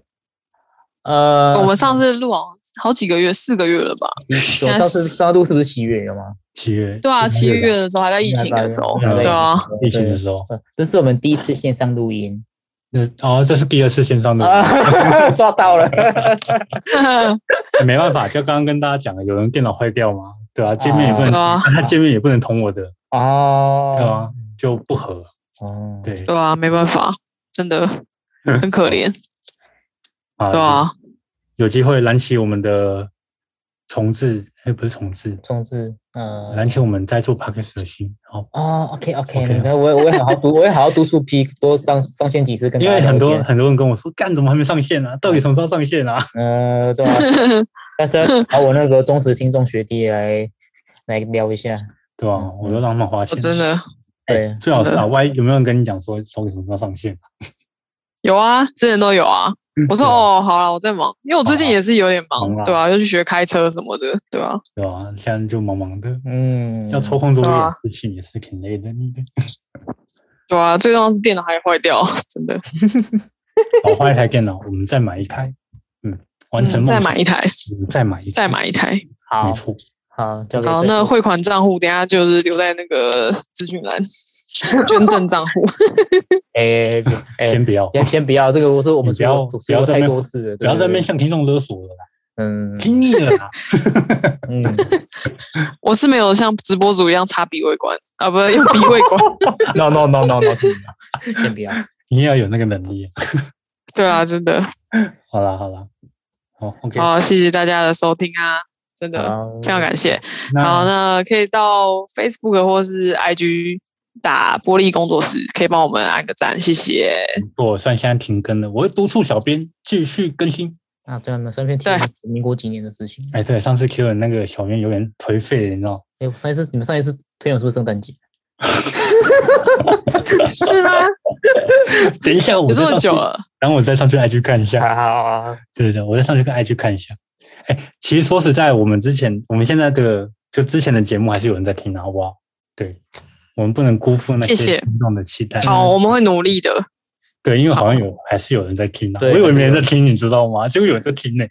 S1: 哦
S3: 呃，嗯
S1: 我们上次录好好几个月，四个月了吧？
S3: 我
S1: 现在
S3: 上次上次录是不是七月有吗？
S2: 七月
S1: 对啊，七
S2: 七
S1: 月
S2: 吧
S1: 的时候还在疫情的时候，
S2: 嗯
S1: 对啊，
S2: 疫情的时候，
S3: 对，这是我们第一次线上录音
S2: 那哦，这是第二次线上的，
S3: 啊，抓到了。
S2: 没办法，就刚刚跟大家讲了，有人电脑坏掉嘛，对啊，界面也不能，
S1: 对啊
S2: 他界面也不能捅我的，
S3: 哦，
S2: 对啊，就不合。
S3: 哦，
S2: 对，
S1: 对啊，没办法，真的很可怜，
S2: 啊
S1: 对啊，
S2: 有机会燃起我们的重置，哎，不是重置，
S3: 重置，呃，
S2: 燃起我们在做 p a c k a g e 的心。好，
S3: 哦，OK OK，
S2: OK 啊
S3: 没有我也我也好好读，我也好好读书批，多上上线几次跟大
S2: 因
S3: 家
S2: 为很
S3: 聊
S2: 多
S3: 天
S2: 很多人跟我说，干怎么还没上线啊？到底什么时候上线啊？
S3: 呃，对啊， 但是要找我那个忠实听众学弟来来聊一下，
S2: 对吧、
S3: 嗯
S2: 我都让他们花
S1: 我
S2: 钱，
S1: 哦真的
S3: 对，
S2: 最好是
S1: 真的
S2: 啊。万一有没有人跟你讲说，到底什么时候上线啊？
S1: 有啊，之前都有啊。我说
S2: 对啊
S1: 哦，好了，我在忙，因为我最近也是有点忙
S2: 忙啦，
S1: 对啊？又去学开车什么的，对啊？
S2: 对吧、现在就忙忙的，
S3: 嗯，
S2: 要抽空做这
S1: 对啊
S2: 点事情也是挺累的。你的
S1: 对啊，最重要是电脑还坏掉，真的。
S2: 搞坏一台电脑，我们再买一台，嗯，完成
S1: 嗯
S2: 梦
S1: 再
S2: 想。
S1: 买一台，
S2: 嗯再买一台，
S1: 再买一台。
S3: 好
S2: 没错。
S3: 好，交给
S1: 好，
S3: 这
S1: 那
S3: 个
S1: 汇款账户等一下就是留在那个资讯栏，捐赠账户。
S3: 哎哎
S2: 先
S3: 哎，
S2: 不要，
S3: 先先不要这个，我说我们
S2: 你不要
S3: 说
S2: 不
S3: 说
S2: 要在
S3: 太
S2: 那
S3: 多次了，
S2: 不要
S3: 对
S2: 在那边
S3: 对
S2: 向听众勒索了啦，
S3: 嗯
S2: 听腻了啦。
S3: 嗯，
S1: 我是没有像直播主一样插鼻胃管啊，不是用鼻胃管。
S3: no no no no no，先不要 先不要，
S2: 你也要有那个能力。
S1: 对啊，真 的。
S2: 好啦，好啦，好，OK。
S1: 好，谢谢大家的收听啊，真的
S3: 好
S1: 非常感谢。好，
S2: 那
S1: 那可以到 Facebook 或是 IG 打玻璃工作室，可以帮我们按个赞，谢谢。
S2: 我算现在停更了，我会督促小编继续更新。
S3: 啊，对啊，你们身边提
S1: 对
S3: 民国几年的事情？啊
S2: 哎，对，上次 Q 的那个小编有点颓废了，你知道？
S3: 哎，我上一次你们上一次推演是不是圣诞节？
S1: 是吗？
S2: 等一下，我
S1: 有这
S2: 再
S1: 么
S2: 上去
S1: 久，啊了？
S2: 然后我再上去 IG 看一下。
S3: 好好好，
S2: 对对，我再上去跟 IG 看一下。哎，其实说实在，我们之前我们现在的就之前的节目还是有人在听的，好不好？对，我们不能辜负那
S1: 谢谢
S2: 些听众的期待。
S1: 好，我们会努力的。
S2: 对，因为好像有还是有人在听的、
S3: 对
S2: 我以为没人在听，你知道吗？结果有人在听呢、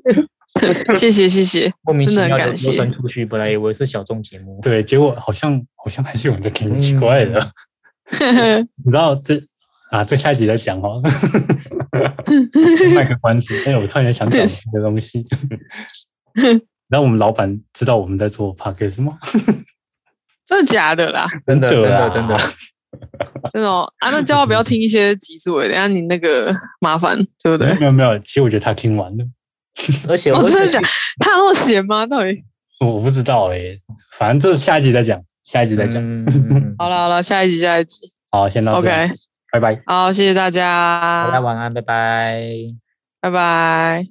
S1: 谢谢谢谢，
S3: 莫名其
S1: 真的很
S3: 妙
S1: 感
S3: 就就
S1: 谢
S3: 分出去，本来以为是小众节目，
S2: 对，结果好像好像还是有人在听，
S3: 嗯
S2: 奇怪了。你知道这啊，这下一集再 讲哦。卖个关子，哎、我突然间想讲一个东西。然后我们老板知道我们在做 podcast 吗？
S1: 真的假的 啦？
S3: 真的真
S2: 啊
S3: 的真 的，
S1: 真的哦啊，那叫他不要听一些集数欸，等一下你那个麻烦，对不对？
S2: 没有没有，其实我觉得他听完了，
S3: 而且
S1: 我、
S3: 我
S1: 真的假？他有那么闲吗？到底？
S2: 我不知道哎、反正这下一集再讲，下一集再讲。
S3: 嗯嗯嗯
S1: 好了好了，下一集下一集
S2: 好，先到这
S1: ，OK，
S2: 拜拜。
S1: 好，谢谢大
S3: 好，大家
S1: 家，
S3: 晚安，拜拜。
S1: 拜拜。